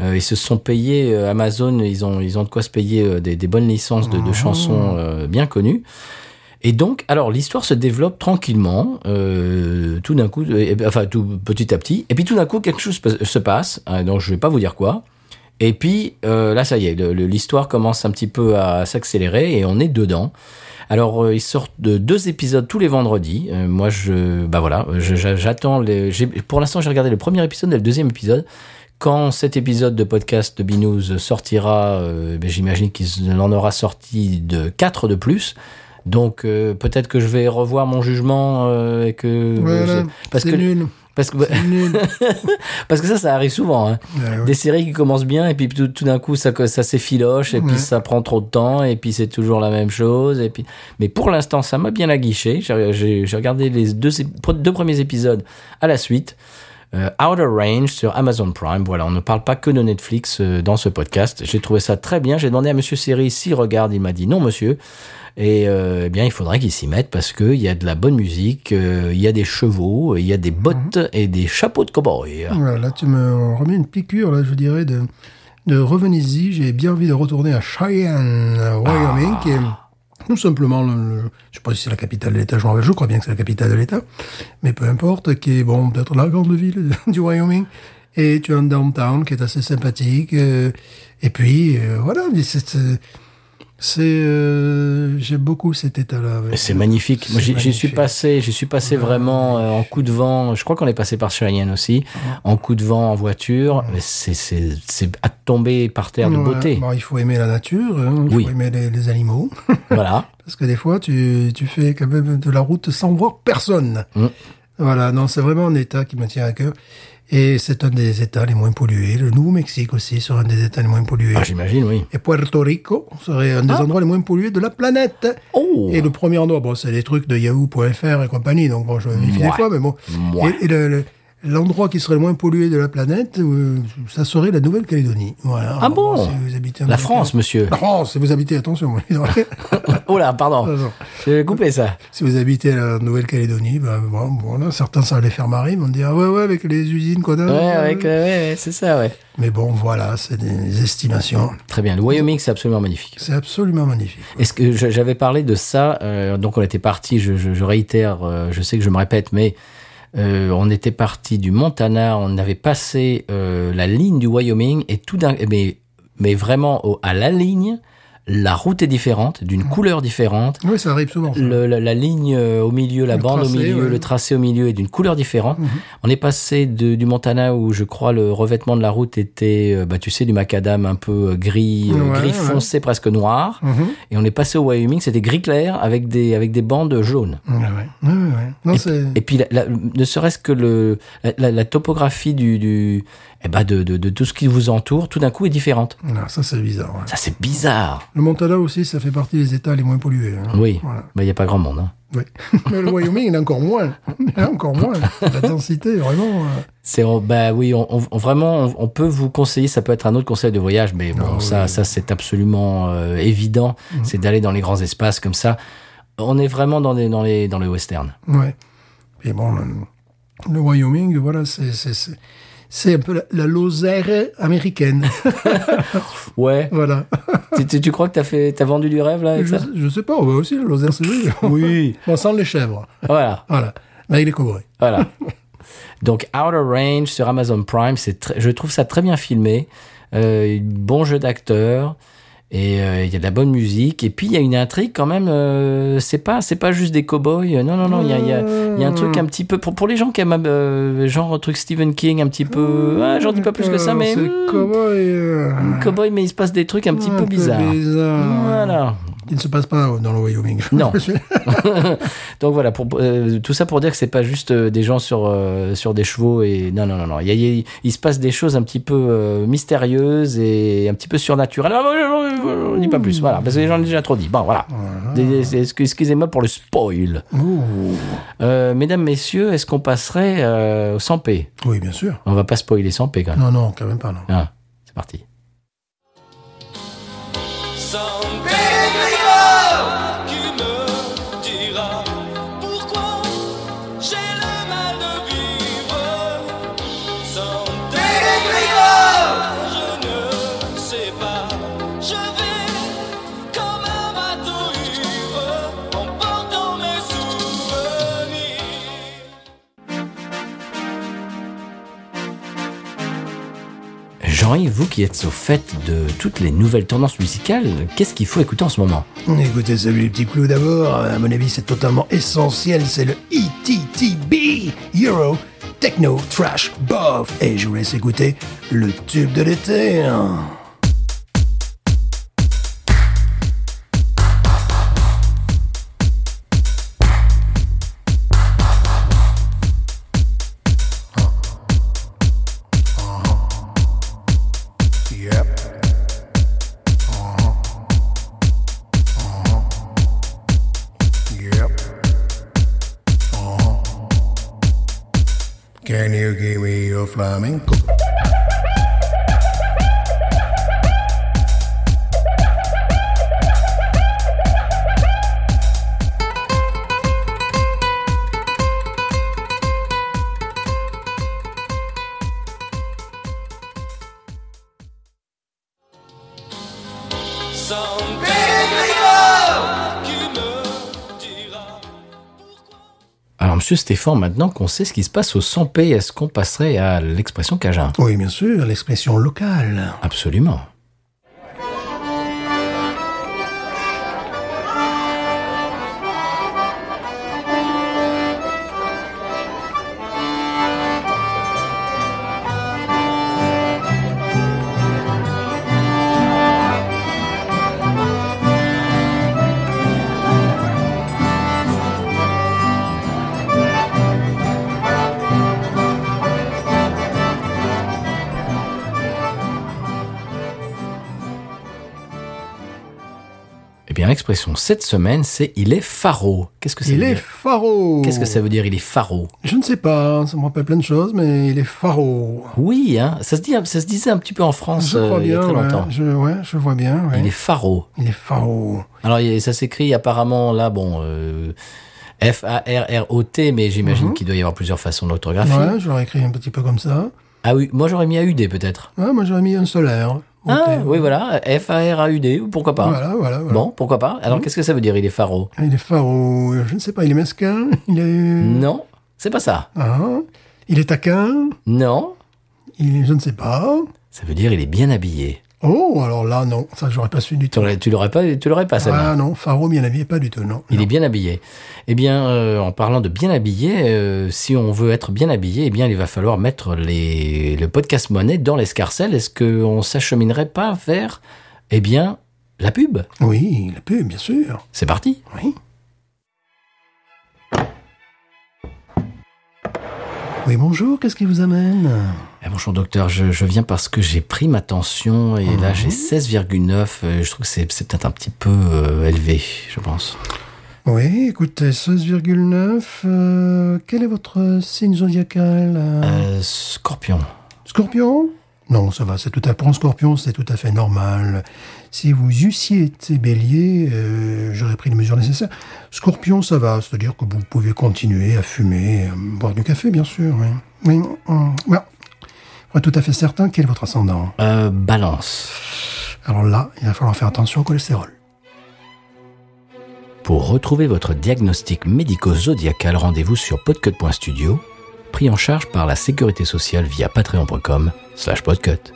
Euh, ils se sont payés euh, Amazon, ils ont ils ont de quoi se payer euh, des, des bonnes licences de, de chansons euh, bien connues. Et donc, alors l'histoire se développe tranquillement, euh, tout d'un coup, euh, et- enfin tout petit à petit, et puis tout d'un coup quelque chose pa- se passe. hein, donc je vais pas vous dire quoi. Et puis euh, là, ça y est, le- le- l'histoire commence un petit peu à s'accélérer et on est dedans. Alors euh, ils sortent de deux épisodes tous les vendredis. Euh, moi, je, bah voilà, je- j'a- j'attends. les- j'ai- Pour l'instant, j'ai regardé le premier épisode et le deuxième épisode. Quand cet épisode de podcast de Binous sortira, euh, ben, j'imagine qu'il en aura sorti de quatre de plus. Donc euh, peut-être que je vais revoir mon jugement euh, et que
Voilà.
parce
C'est
que
nul.
parce que
C'est nul.
parce que ça ça arrive souvent. hein.
Ouais, ouais.
Des séries qui commencent bien et puis tout, tout d'un coup ça, ça s'effiloche et puis
Ouais.
ça prend trop de temps et puis c'est toujours la même chose et puis mais pour l'instant ça m'a bien aguiché j'ai j'ai- j'ai regardé les deux, ép- deux premiers épisodes à la suite Euh, Outer Range sur Amazon Prime voilà on ne parle pas que de Netflix euh, dans ce podcast j'ai trouvé ça très bien j'ai demandé à Monsieur Seri s'il regarde il m'a dit non monsieur et euh, eh bien il faudrait qu'il s'y mette parce qu'il y a de la bonne musique euh, il y a des chevaux il y a
Mhm.
des bottes et des chapeaux de cowboy
Voilà, Oh là, tu me remets une piqûre, là, je dirais, de, de revenez-y. J'ai bien envie de retourner à Cheyenne, euh,
Ah.
Wyoming, qui est tout simplement, le, le- je sais pas si c'est la capitale de l'État, je m'en rappelle, je crois bien que c'est la capitale de l'État, mais peu importe, qui est, bon, peut-être la grande ville du Wyoming. Et tu as un downtown qui est assez sympathique. euh, et puis, euh, voilà, mais c'est... c'est- c'est, euh, J'aime beaucoup cet état-là. ouais.
C'est magnifique. Moi, j'y
C'est
j'y suis
magnifique.
passé, j'y suis passé vraiment euh, en coup de vent. Je crois qu'on est passé par Cheyenne aussi, en coup de vent en voiture. Mais C'est c'est c'est à tomber par terre de
Ouais,
beauté.
bon, il faut aimer la nature, hein, il
Oui.
faut aimer les- les animaux.
Voilà.
Parce que des fois, tu, tu fais quand même de la route sans voir personne.
Mm.
Voilà, non, c'est vraiment un État qui me tient à cœur. Et c'est un des États les moins pollués. Le Nouveau-Mexique aussi sera un des États les moins pollués.
Ah, J'imagine, oui.
Et Puerto Rico serait un des
Ah.
endroits les moins pollués de la planète.
Oh.
Et le premier endroit, bon, c'est des trucs de yahoo.fr et compagnie, donc bon, je me méfie
Ouais.
des fois, mais bon.
Ouais.
Et, et le- le- l'endroit qui serait le moins pollué de la planète, euh, ça serait la Nouvelle-Calédonie. Voilà.
Ah
Alors,
bon
si vous habitez en
La
Nouvelle-Calédonie-
France, monsieur.
La France, si vous habitez, attention.
Oh là, pardon.
Attention.
J'ai coupé ça.
Si vous habitez la Nouvelle-Calédonie, ben, bon, voilà, certains ça va les faire marrer, ils vont dire ah ouais ouais avec les usines qu'on a.
Ouais, euh, ouais, ouais, ouais, c'est ça, ouais.
Mais bon voilà, c'est des estimations.
Très bien. Le Wyoming, c'est absolument magnifique.
C'est absolument magnifique.
Est-ce que je- j'avais parlé de ça euh, Donc on était parti. Je, je- je réitère. euh, je sais que je me répète, mais euh, on était parti du Montana. On avait passé euh, la ligne du Wyoming et tout d'un. Mais mais vraiment au- à la ligne, la route est différente, d'une couleur différente.
Oui, ça arrive souvent. ça.
Le- la, la ligne euh, au milieu, la
Le
bande au
tracé,
milieu,
ouais. Mhm.
le tracé au milieu est d'une couleur différente. On est passé de- du Montana où je crois le revêtement de la route était, euh, bah, tu sais, du macadam un peu euh, gris, euh,
Ouais,
gris
ouais.
foncé, presque noir.
Mhm.
Et on est passé au Wyoming, c'était gris clair avec des, avec des bandes jaunes.
Ouais, ouais. Ouais,
Mm.
ouais. Non, c'est
Et puis, la- la- ne serait-ce que le, la, la- la topographie du, du- eh ben de, de, de tout ce qui vous entoure, tout d'un coup est différente.
Non, ça, c'est bizarre. ouais.
Ça, c'est bizarre.
Le Montana aussi, ça fait partie des États les moins pollués. hein.
Oui, il
Voilà.
n'y a pas grand monde. hein.
Ouais. Mais le Wyoming, il est encore moins. Il est encore moins. La densité, vraiment. euh,
C'est on- bah oui, on, on- vraiment, on, on peut vous conseiller. Ça peut être un autre conseil de voyage, mais bon,
Ah oui.
ça, ça c'est absolument euh, évident. C'est d'aller dans les grands espaces comme ça. On est vraiment dans les dans les dans les westerns.
Ouais. Et bon, le, le Wyoming, voilà, c'est- c'est- c'est c'est un peu la, la Lozère américaine.
Ouais.
voilà.
tu, tu- tu crois que t'as fait, t'as vendu du rêve là avec
Je,
ça
je sais pas, on va aussi la Lozère, c'est joli.
Oui.
On sent les chèvres.
Voilà,
Voilà. Avec les cowboys.
voilà. Donc Outer Range sur Amazon Prime, c'est très- je trouve ça très bien filmé. Euh, bon jeu d'acteur. Et euh, il y a de la bonne musique. Et puis, il y a une intrigue quand même. euh, c'est pas, c'est pas juste des cow-boys. Non, non, non. Il y a, il y a- Il y a un truc un petit peu pour, pour les gens qui aiment euh, genre un truc Stephen King un petit peu ah, j'en dis pas plus que ça mais
Mmh, C'est
hmm,
cowboy. euh,
cowboy mais il se passe des trucs un petit peu bizarres
bizarre.
voilà
Il ne se passe pas dans le Wyoming.
Non. donc voilà pour euh, tout ça pour dire que c'est pas juste euh, des gens sur euh, sur des chevaux et non non non non il, y a- il y a- il se passe des choses un petit peu euh, mystérieuses et un petit peu surnaturelles Ah, on dit pas plus voilà parce que les gens l'ont déjà trop dit bon voilà Des- des- excusez-moi pour le spoil
Ouh.
Euh, mesdames messieurs est-ce qu'on passerait euh, au 100p
Oui, bien sûr.
on va pas spoiler 100p quand même
Non, non, quand même pas, non.
Ah, c'est parti.
Sans Grégoire qui me dira pourquoi j'ai le mal de vivre. Sans Grégoire, je ne sais pas. Je vais comme un bateau ivre en portant mes souvenirs.
Jean-Yves, vous qui êtes au fait de toutes les nouvelles tendances musicales, qu'est-ce qu'il faut écouter en ce moment
Écoutez, celui du petit clou d'abord, à mon avis c'est totalement essentiel, c'est le E ETTB, Euro Techno Trash Buff. Et je vous laisse écouter le tube de l'été. Yep. Yep. Uh-huh. Can you give me your flamenco?
Sans Grégoire qui me dira
Alors, monsieur Stéphane, maintenant qu'on sait ce qui se passe au 100p, est-ce qu'on passerait à l'expression Cajun
Oui, bien sûr, l'expression locale.
Absolument. Eh bien, l'expression cette semaine, c'est il est pharo. Qu'est-ce que ça
Il
veut
est
dire
pharo.
Qu'est-ce que ça veut dire il est pharo
Je ne sais pas, ça me rappelle plein de choses, mais il est pharo.
Oui, hein, ça, se dit, ça se disait un petit peu en France
Je
euh,
crois
il y a
bien,
très
ouais,
longtemps.
je, ouais, je vois bien. ouais.
Il est pharo.
Il est pharo.
Alors, il- ça s'écrit apparemment là, bon, euh, F-A-R-R-O-T, mais j'imagine qu'il doit y avoir plusieurs façons d'orthographier.
Mhm. Ouais, je l'aurais écrit un petit peu comme ça.
Ah oui, moi j'aurais mis AUD peut-être.
Ah, moi j'aurais mis un solaire.
Ah,
Ok.
oui, voilà, F-A-R-A-U-D, ou pourquoi pas.
Voilà, voilà, Mhm. voilà.
Bon, pourquoi pas. Alors, qu'est-ce que ça veut dire Il est pharo
Il est pharo, je ne sais pas, il est mesquin, il est...
Non, c'est pas ça.
Ah, il est taquin,
Non,
il est... je ne sais pas.
ça veut dire il est bien habillé.
Oh, alors là, non, ça j'aurais pas su du
Tu
tout.
l'aurais- tu l'aurais pas, tu l'aurais pas, ça.
Ah non, pharo, bien habillé, pas du tout, non.
Il est bien habillé. Eh bien, euh, en parlant de bien habillé, euh, si on veut être bien habillé, eh bien, il va falloir mettre les, le podcast monnaie dans l'escarcelle. Est-ce qu'on s'acheminerait pas vers, eh bien, la pub
Oui, la pub, bien sûr.
C'est parti
Oui. Oui, bonjour, qu'est-ce qui vous amène
Eh, bonjour docteur, je, je viens parce que j'ai pris ma tension et là
Mhm.
j'ai 16,9. euh, Je trouve que c'est c'est peut-être un petit peu euh, élevé, je pense.
Oui, écoutez, 16,9. euh, quel est votre signe zodiacal euh
Euh, scorpion.
Scorpion Non, ça va, c'est tout à pour un scorpion, c'est tout à fait normal. Si vous eussiez été bélier, euh, j'aurais pris les mesures nécessaires. Scorpion, ça va, c'est-à-dire que vous pouvez continuer à fumer, à boire du café, bien sûr. Oui. Mais, hum, voilà. Pour être tout à fait certain, quel est votre ascendant
Euh, balance.
Alors là, il va falloir faire attention au cholestérol.
Pour retrouver votre diagnostic médico-zodiacal, rendez-vous sur podcut.studio, pris en charge par la sécurité sociale via patreon.com slash podcut.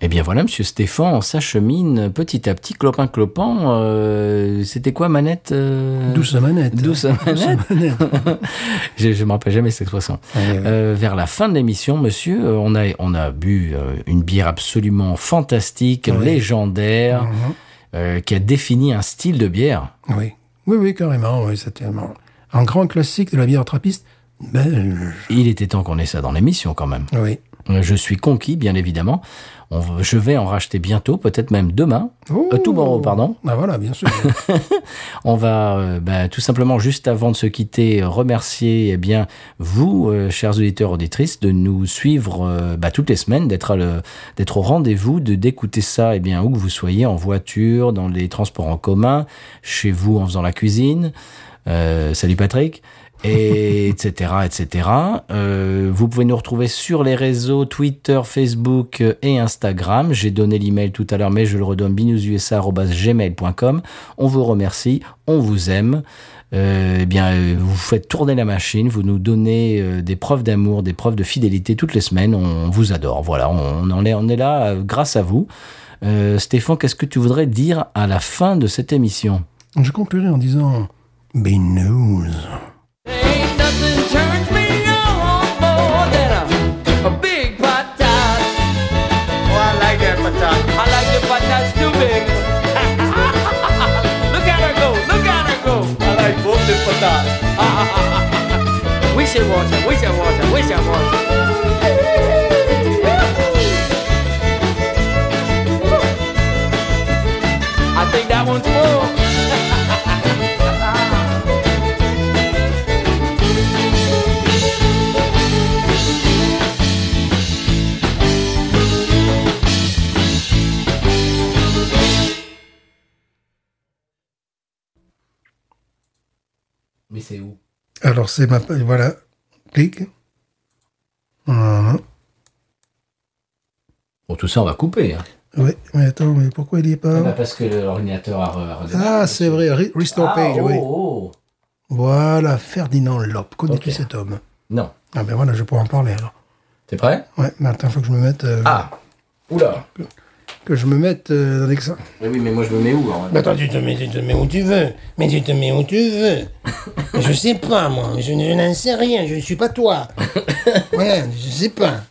Eh bien voilà, Monsieur Stéphane, on s'achemine petit à petit, clopin-clopin. euh, C'était quoi, manette euh
Douce manette.
douce manette.
manette.
je, je me rappelle jamais cette expression.
Ouais, ouais.
Euh, vers la fin de l'émission, monsieur, euh, on a, on a bu euh, une bière absolument fantastique,
Oui.
légendaire,
Mhm.
euh, qui a défini un style de bière.
Oui. oui, oui, carrément, oui, c'était un, un grand classique de la bière trappiste belge.
Il était temps qu'on ait ça dans l'émission quand même.
Oui.
Euh, Je suis conquis, bien évidemment. On v- je vais en racheter bientôt, peut-être même demain.
Oh.
Euh, tomorrow, pardon.
Ah voilà, bien sûr.
On va euh, bah, tout simplement, juste avant de se quitter, remercier eh bien vous, euh, chers auditeurs, auditrices, de nous suivre euh, bah, toutes les semaines, d'être à le- d'être au rendez-vous, de d'écouter ça eh bien où que vous soyez, en voiture, dans les transports en commun, chez vous en faisant la cuisine. Euh, salut Patrick. Et etc etc. Euh, vous pouvez nous retrouver sur les réseaux Twitter, Facebook euh, et Instagram. J'ai donné l'email tout à l'heure, mais je le redonne binoususa@gmail.com. On vous remercie, on vous aime. Euh, eh bien, euh, vous faites tourner la machine, vous nous donnez euh, des preuves d'amour, des preuves de fidélité toutes les semaines. On, vous adore. Voilà, on, en est, on est là euh, grâce à vous. Euh, Stéphane, qu'est-ce que tu voudrais dire à la fin de cette émission
Je conclurai en disant Be news.
Ain't nothing turns me on more than a, a big pot tart. Oh, I like that pot tart. I like the pot tarts too big. look at her go, look at her go. I like both the pot tarts. we should watch her, we should watch her, we should watch her. I think that one's full.
Mais c'est où
Alors c'est ma page, voilà. Hum. Clique. Voilà.
Bon, tout ça, on va couper. hein.
Oui, mais attends, mais pourquoi il n'y est
Bah,
pas
parce que l'ordinateur a... re- a redémarré.
Ah, c'est vrai, Re- Restore
Ah,
Page,
oh,
oui.
oh.
Voilà, Ferdinand Lop. Connais-tu
Ok.
cet homme
Non.
Ah ben voilà, je pourrais en parler alors.
T'es prêt
Ouais, mais attends, faut que je me mette... euh,
Ah Oula
Que je me mette euh, dans l'ex-
Mais oui, mais moi je me mets où alors
Attends, tu te, mets, tu te mets où tu veux. Mais tu te mets où tu veux. je sais pas, moi. Je, n- je n'en sais rien. Je ne suis pas toi. voilà, je sais pas.